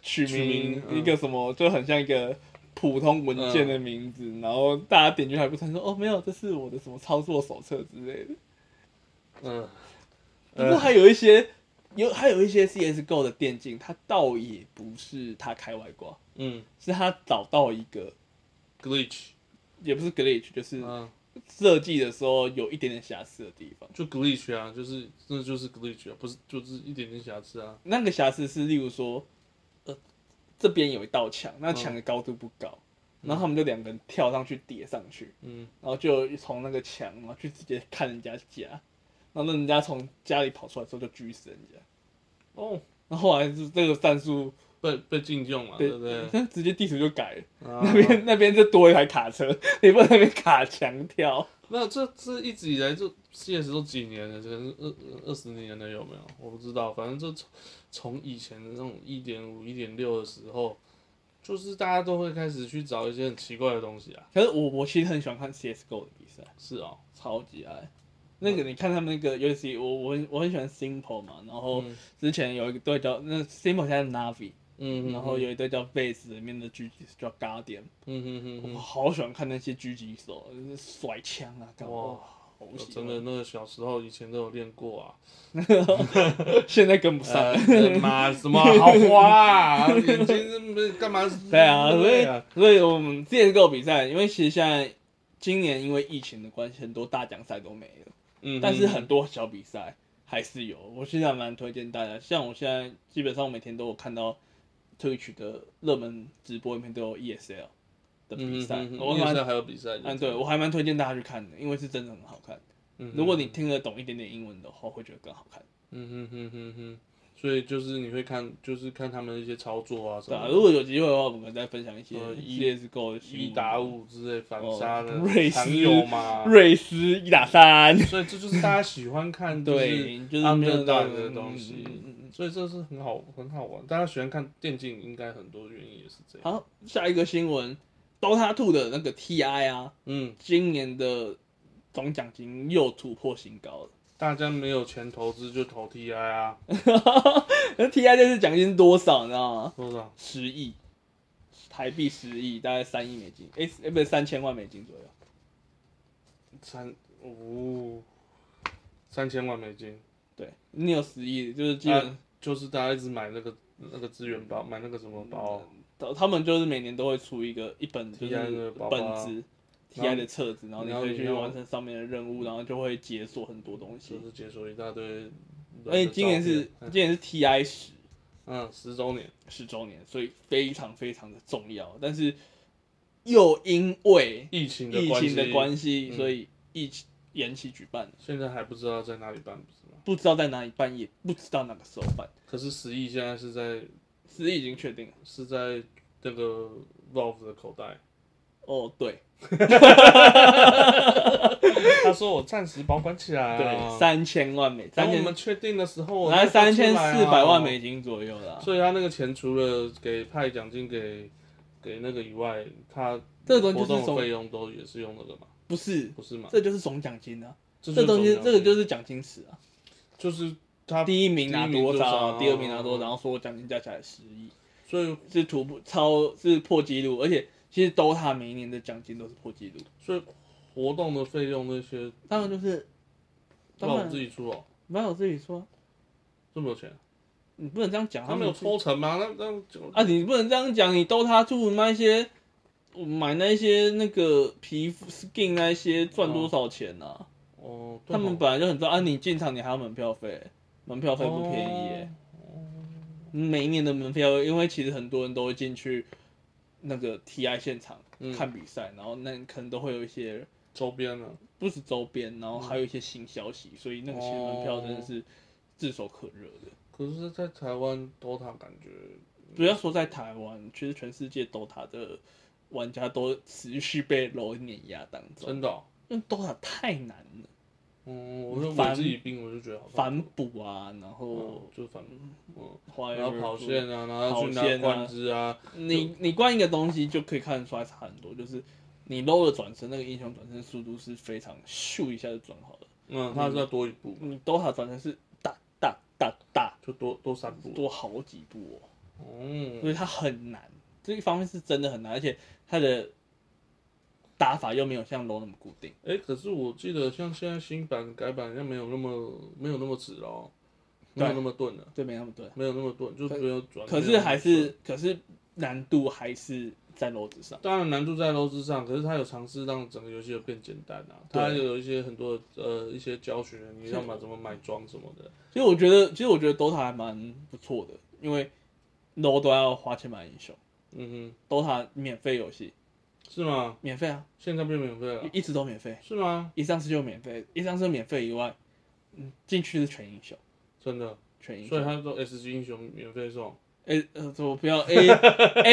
取取名名嗯一个什么，就很像一个普通文件的名字，然后大家点进去还不承认说哦没有，这是我的什么操作手册之类的。嗯，不过还有一些有还有一些 CSGO 的电竞，它倒也不是它开外挂，嗯是它找到一个，glitch，也不是 glitch，就是嗯。设计的时候有一点点瑕疵的地方。就 glitch 啊，就是那就是 glitch 啊，不是就是一点点瑕疵啊。那个瑕疵是，例如说，呃，这边有一道墙，嗯那墙的高度不高，然后他们就两个人跳上去叠上去，嗯，然后就从那个墙，然后去直接看人家家，然后让人家从家里跑出来之后就狙死人家。哦，然后后来是这个战术被被禁用了，被对不 对？直接地图就改了，啊 那边那边就多一台卡车， 你不能那边卡墙跳。那这这一直以来就 CS 都几年了，这个二二十年了有没有？我不知道，反正就从从以前的那种一点五、一点六的时候，就是大家都会开始去找一些很奇怪的东西啊。可是我我其实很喜欢看 CSGO 的比赛，是哦，超级爱。那个你看他们那个，尤其我我很我很喜欢 Simple 嘛，然后嗯之前有一队叫那 Simple 现在是 Navi，嗯，然后有一队叫 Face 里面的狙击手叫 Guardian，嗯哼哼我哼，好喜欢看那些狙击手就是甩枪啊，干嘛哇哇，好哦我喜真的欢，那个小时候以前都有练过啊。 现在跟不上了。呃妈，什么好花啊？眼睛是不是干嘛？对啊，所对以啊，所以我们 CSGO 比赛，因为其实现在今年因为疫情的关系，很多大奖赛都没了，嗯但是很多小比赛还是有。我现在蛮推荐大家，像我现在基本上每天都有看到 Twitch 的热门直播影片都有 ESL 的比赛，嗯嗯嗯我夜蛮赛还有比赛，嗯，对，我还蛮推荐大家去看的，因为是真的很好看。嗯哼如果你，听得懂一点点英文的话，会觉得更好看。嗯哼哼哼哼，所以就是你会看，就是看他们的一些操作啊什对啊，么如果有机会的话，我们可以再分享一些呃一 CSGO 的新闻一打，五啊之类反杀的哦瑞士常有嘛，瑞斯一打 三，所以这就是大家喜欢看，就是对，就是安没有大到的东嗯西嗯嗯嗯。所以这是很好很好玩，大家喜欢看电竞，应该很多原因也是这样。好，下一个新闻，DOTA 2的那个 TI 啊，嗯，今年的总奖金又突破新高了。 大家没有钱投资就投 TI 啊，那 TI 这次奖金多少，你知道吗？多少？十亿台币，十亿，大概三亿美金，哎、诶不是三千万美金左右。三五、三千万美金，对，你有十亿，就是基本、就是大家一直买那个那个资源包，买那个什么包，他他们就是每年都会出一个一本就是 TI 的包包本啊子然 TI 后的册子，然后你然后可以你去要嗯完成上面的任务，然后就会解锁很多东就西。是解锁一大堆人的照而片。且哎今年是嗯今年是 TI 十嗯十周年，十周年，所以非常非常的重要。但是又因为疫情的疫关情的系，关系，嗯所以疫情延期举办，现在还不知道在哪里办，不是吗？不知道在哪里办，也不知道哪个时候办，可是十亿现在是在十亿已经确定了。 是在那个 Valve 的口袋，哦，对他说我暂时保管起来对，啊。三千万美，等三我千们确定的时候，我来再三放出千来啊哦四百万美。金左右啦。所以他那个钱除了给派奖金给给那个以外，他这个活东西就是动的费总用都也是用那个嘛，不是，不是嘛？这就是总奖金啊。这这东西这个就是是奖金池啊，就是他，第一名拿第一名多少，多少嗯第二名拿多少，然后所有奖金加起来十亿，所以是突破超是破纪录，而且其实 DOTA 每一年的奖金都是破纪录，所以活动的费用那些当然就是，让当我然自己出哦，没有自己说，这么有钱，你不能这样讲，他们有抽成吗？那那就啊，你不能这样讲，你 DOTA 出那些买那些那个皮肤 skin 那些赚多少钱啊？哦，对他们哦本来就很赚啊，你进场你还要门票费，门票费不便哦宜耶。每一年的门票，因为其实很多人都会进去那个 TI 现场嗯看比赛，然后那可能都会有一些周边啊呢？不止周边，然后还有一些新消息，所以那个其实门票真哦的是炙手可热的。可是，在台湾 DOTA 感觉不要说在台湾，其实全世界 DOTA 的玩家都持续被楼碾压当中，真的哦、因为 DOTA 太难了，嗯，我认为反自己病，我就觉得好反补啊，然哦后，就反，嗯，花然后跑线啊，然后跑去拿线啊冠枝啊，你你关一个东西就可以看得出来差很多，就是你 low 的转身，那个英雄转身速度是非常咻一下就转好了。嗯，他是要多一步，你 DOTA 转身是哒哒哒哒就多多三步，多好几步哦，嗯，所以它很难。这一方面是真的很难，而且它的打法又没有像 low 那么固定。哎，可是我记得像现在新版改版，好像没有那么没有那么直了哦，没有对那么钝了，对，没那么对。没有那么钝，就没有转，可没有是那么还顺是，可是难度还是在 low 之上。当然难度在楼之上，可是他有尝试让整个游戏有变简单啊，对他有一些很多呃一些教学，你要买怎么买装什么的，其实我觉得，其实我觉得 DOTA 还蛮不错的，因为 low 都要花钱买英雄嗯，DOTA 免费游戏，哼，是吗？免费啊。现在变免费了，一直都免费，是吗？一上市就免费，一上市免费以外，嗯，进去是全英雄，真的，全英所以雄。他说 S 级英雄免费送， A 呃，我不要 A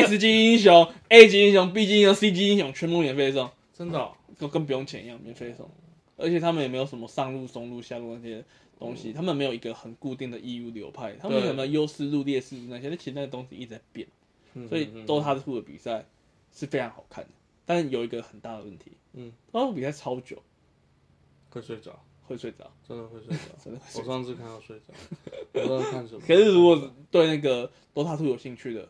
S 级英雄、A 级英雄、B 级英雄、C 级英雄全部免费送，真的哦、就跟不用钱一样免费送。而且他们也没有什么上路、中路、下路那些东西，他们没有一个很固定的义务流派，他们有嗯对什么优势路、劣势路那些，但其实那个东西一直在变，嗯所以嗯嗯 DOTA 2的比赛是非常好看的，但有一个很大的问题，嗯，DOTA 2比赛超久，啊会睡着，会睡着，。真的会睡着 真的会睡着我上次看到睡 着，我不知道看什么。可是如果对那个 DOTA 2有兴趣的，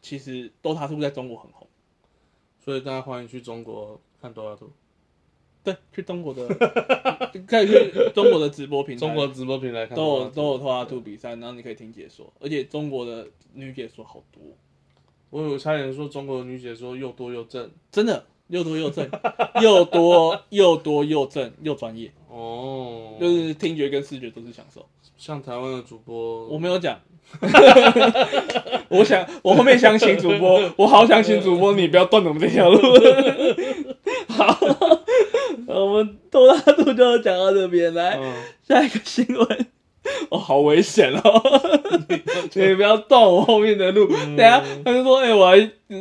其实 DOTA 2在中国很红。所以大家欢迎去中国看多拉兔，对，去中国的 可以去中国的直播平台，中国直播平台看啊都有多都拉有兔。 DOTA 2比赛，然后你可以听解说，而且中国的女解说好多，我有差点说中国的女解说又多又正真的又多又正， 又多又多又正又专业，哦，就是听觉跟视觉都是享受。像台湾的主播，我没有讲。 我想，我后面想请主 播，我好想请主播，你不要断我们这条路。 好，我们拖拉度就讲到这边，来、嗯下一个新闻。 哦，好危险哦！ 你不要断我后面的路。嗯等一下他就说：“哎、我还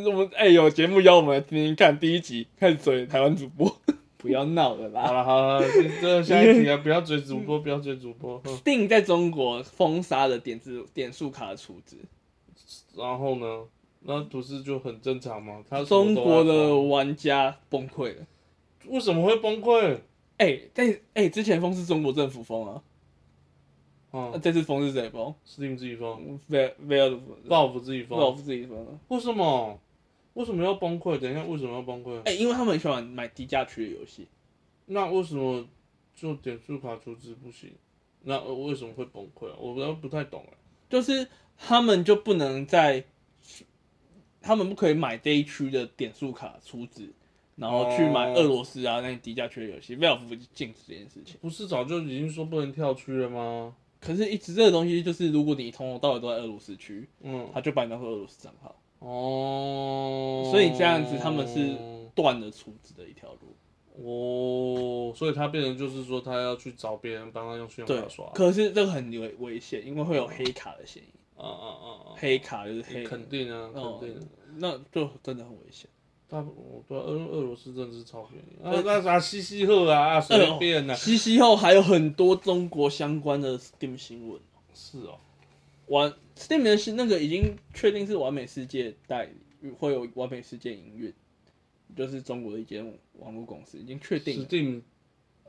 我们哎、有节目邀我们来听听看第一集，看嘴台湾主播， 不要闹了啦好。了好了，这这下一题啊，不要追主播，不要追主播。嗯哼 Steam 在中国封杀了点字点数卡的处置，然后呢，那不是就很正常吗？他什中么都国要的封玩家崩溃了。为什么会崩溃？哎、但哎、之前封是中国政府封啊，那、啊这次封是谁封？ ，Steam 自己封，威威尔报复自己不我封，自己封啊了。为什么？为什么要崩溃？等一下，为什么要崩溃？哎、因为他们很喜欢买低价区的游戏，那为什么就点数卡储值不行？那呃为什么会崩溃啊？我不不太懂哎、就是他们就不能在，他们不可以买这一区的点数卡出值，然后去买哦俄罗斯啊那些低价区的游戏。Valve 就禁止这件事情。不是早就已经说不能跳区了吗？可是，一直这个东西就是，如果你从头到尾都在俄罗斯区，嗯，他就把你当做俄罗斯账号，哦，所以这样子他们是断了出值的一条路。哦，所以他变成就是说他要去找别人帮他用信用对卡刷，，可是这个很危危险，因为会有黑卡的嫌疑。啊啊啊啊，黑卡就是黑，肯定啊，哦肯定啊。那就真的很危险。大我对啊俄俄罗斯真的是超便宜呃啊，那啥西西鹤哦啊，啊随便呐、啊，西西后还有很多中国相关的 Steam 新闻，是哦，完 Steam 的是那个已经确定是完美世界代理，会有完美世界营运，就是中国的一间网络公司已经确定了。 Steam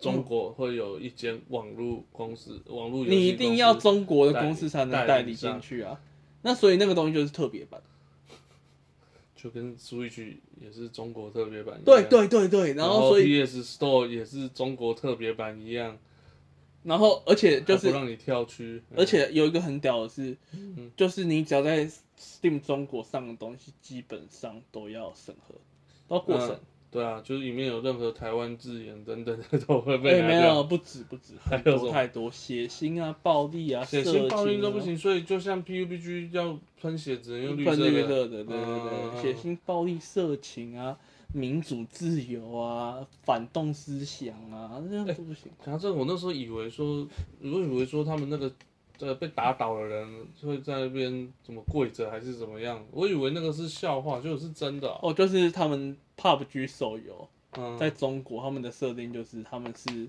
中国会有一间网络公司，网络游戏嗯你一定要公司中国的公司才能代代理理进商去啊。那所以那个东西就是特别版。就跟 Switch 也是中国特别版一样，对对对对，然然后所以 PS Store 也是中国特别版一样，然后而且就它是不让你跳区，嗯而且有一个很屌的是，就是你只要在 Steam 中国上的东西，基本上都要审核，都要过审嗯。对啊，就是里面有任何台湾字眼等等的 都会哎，嗯被拿没掉。有，不止不止，还很有什多么太多，血腥啊、暴力啊、血色腥暴力情都啊不，行，所以就像 PUBG 要喷血只能用绿喷色绿的，色的，对对对，嗯血腥、暴力、色情啊。民主自由啊，反动思想啊，这样都不行。然后这我那时候以为说，我以为说他们那个呃被打倒的人会在那边怎么跪着还是怎么样，我以为那个是笑话，结果是真的哦、哦，就是他们 PUBG 手游嗯，在中国，他们的设定就是他们是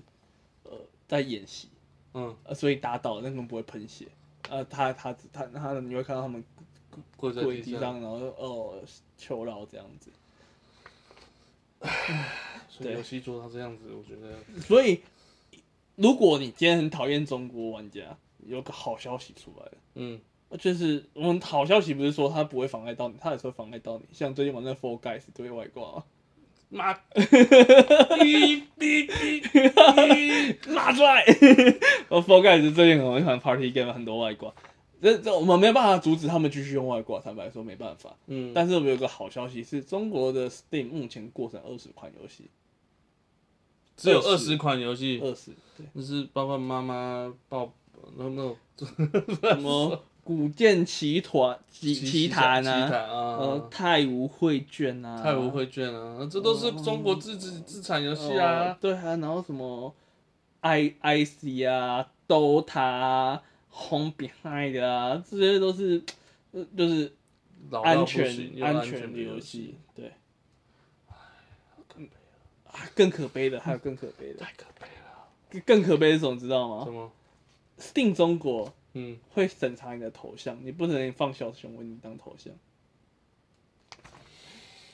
呃在演习，嗯呃，所以打倒那个不会喷血。呃，他他他他，你会看到他们跪在跪地地上，上，然后哦求饶这样子。所以对游戏做到这样子，我觉得所以，如果你今天很讨厌中国玩家，有个好消息出来了。嗯就是我们好消息不是说它不会妨碍到你，它也是会妨碍到你。像最近玩那 Four Guys 对外挂、妈，哔哔哔哔，拉出来。 我 Four Guys 最近很喜欢 Party Game，很多外挂。这这我们没办法阻止他们继续用外挂，坦白说没办法。嗯，但是我们有个好消息是，中国的 Steam 目前过审二十款游戏，只有二20十款游戏，二十 对那是爸爸妈妈抱，那那什么古剑奇团、奇奇谭奇啊，谭啊呃，，太无绘卷啊，太无会卷啊，这都是中国自制自产游戏啊哦，对啊，然后什么 I I C 啊、Dota 啊、Home Behind 啊，这些都是呃就是老到安不行全又安全的的游戏戏，，对。啊更可悲的，还有更可悲的，太可悲了，更更可悲是什么知道吗什么？ ？Steam 中国嗯，会审查你的头像，你不能放小熊维尼当头像。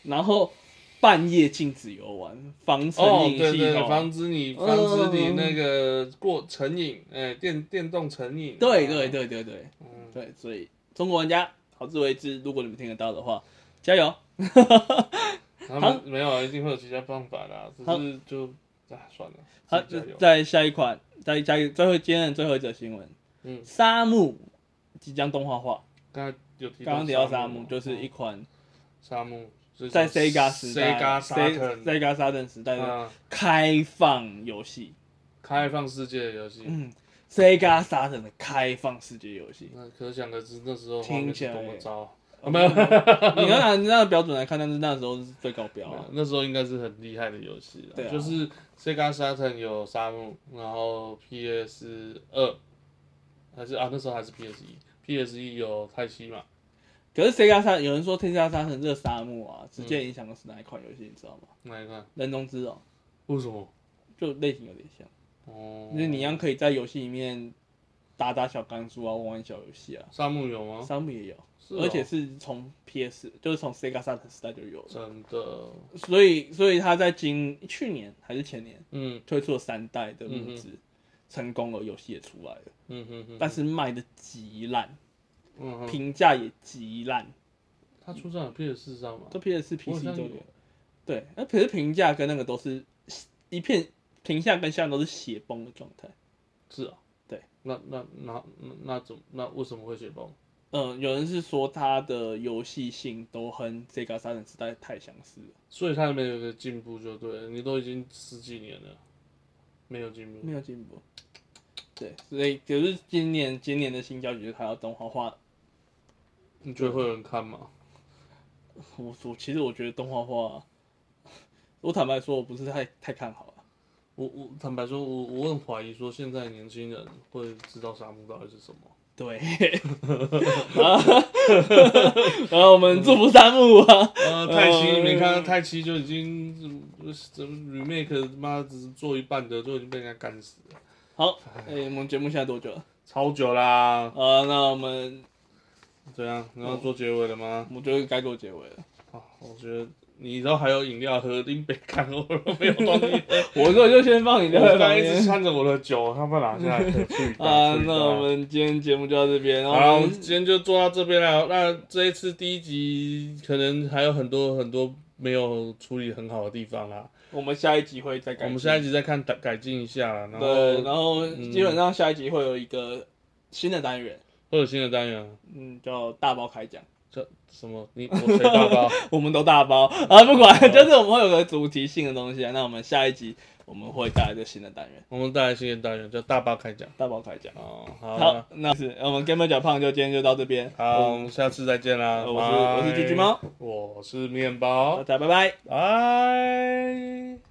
然后半夜禁止游玩，防成哦，瘾对系对，统。嗯防止你防止你那个过成瘾，哎，电电动成瘾，啊对对，对对对，嗯对，所以中国玩家好自为之。如果你们听得到的话，加油！他们没有啊，一定会有其他办法的啊，只好是就哎算了，好自己加油，再下一款，再加一最后今天的最后一则新闻，嗯沙漠即将动画化。刚才有提刚刚提到沙漠漠嘛，就是一款沙漠，就是在 Sega 时代 Sega 沙，Se- 特， Sega 沙 n 时代的嗯，开放游戏，开放世界的游戏，嗯，Sega 沙 n 的开放世界游 戏。那可想而知那时候画听面起是来多么糟啊。没有，你刚拿那个标准来看，但是那时候是最高标啊。那时候应该是很厉害的游戏对啊了，就是 Sega Saturn 有沙漠，然后 PS 二还是啊那时候还是 PS 一，PS 一有泰西嘛，可是 Sega 沙，有人说 Sega 沙 n 这个沙漠啊，直接影响的是哪一款游戏，你知道吗？那一看人中之龙。为什么？就类型有点像，哦，就是你一样可以在游戏里面打打小钢珠啊，玩玩小游戏啊。沙漠有吗？沙漠也有，是哦而且是从 PS，就是从 Sega Saturn 时代就有了，真的，所以所以他在今去年还是前年嗯推出了三代的木嗯质，成功了，游戏也出来了，嗯哼哼，但是卖的极烂，嗯哼，评价也极烂，它出在 PS 四上嘛，都 PS、我好 PC 像都有有。对，那可是评价跟那个都是一片评价跟下面都是血崩的状态。是啊，对，那那那那那怎么那为什么会雪崩？嗯，有人是说它的游戏性都和 Sega 三人时代太相似了，所以它没有一个进步就对了，你都已经十几年了，没有进步。没有进步。对，所以可是今年今年的新消息就是它要动画化。你觉得会有人看吗？我我其实我觉得动画化，我坦白说，我不是太太看好了。我我坦白说，我我很怀疑说现在年轻人会知道沙漠到底是什么。 对，啊然后我们祝福三木啊， 呃，泰呃熙，你看泰熙就已经呃怎么 remake 妈只是做一半的就已经被人家干死了，好，哎、我们节目现在多久了？超久啦，啊，那我们怎样？你要做结尾了吗？我觉得该做结尾了。啊，我觉得你都还有饮料喝，林 北看我都没有东西。我这就先 放你的我旁刚刚一直边。穿着我的酒，他们拿下来可去 啊，那我们今天节目就到这边，然好，后我我们们今天就做到这边了。那这一次第一集可能还有很多很多没有处理很好的地方啦，我们下一集会再改进。我们下一集再看改改进一下啦，然对，后嗯然后基本上下一集会有一个新的单元，会有新的单元啊。嗯，叫大包开讲，这什么？你我谁 报告？我们都大包啊，不哦管，就是我们会有个主题性的东西啊。那我们下一集我们会带来一个新的单元，我们带来新的单元叫大巴开讲。大包开讲。哦，好好啊，，那是我们 Gamer 小胖就今天就到这边，好，我们下次再见啦。呃我是我是拜橘橘猫，我是面包大，家拜拜。拜。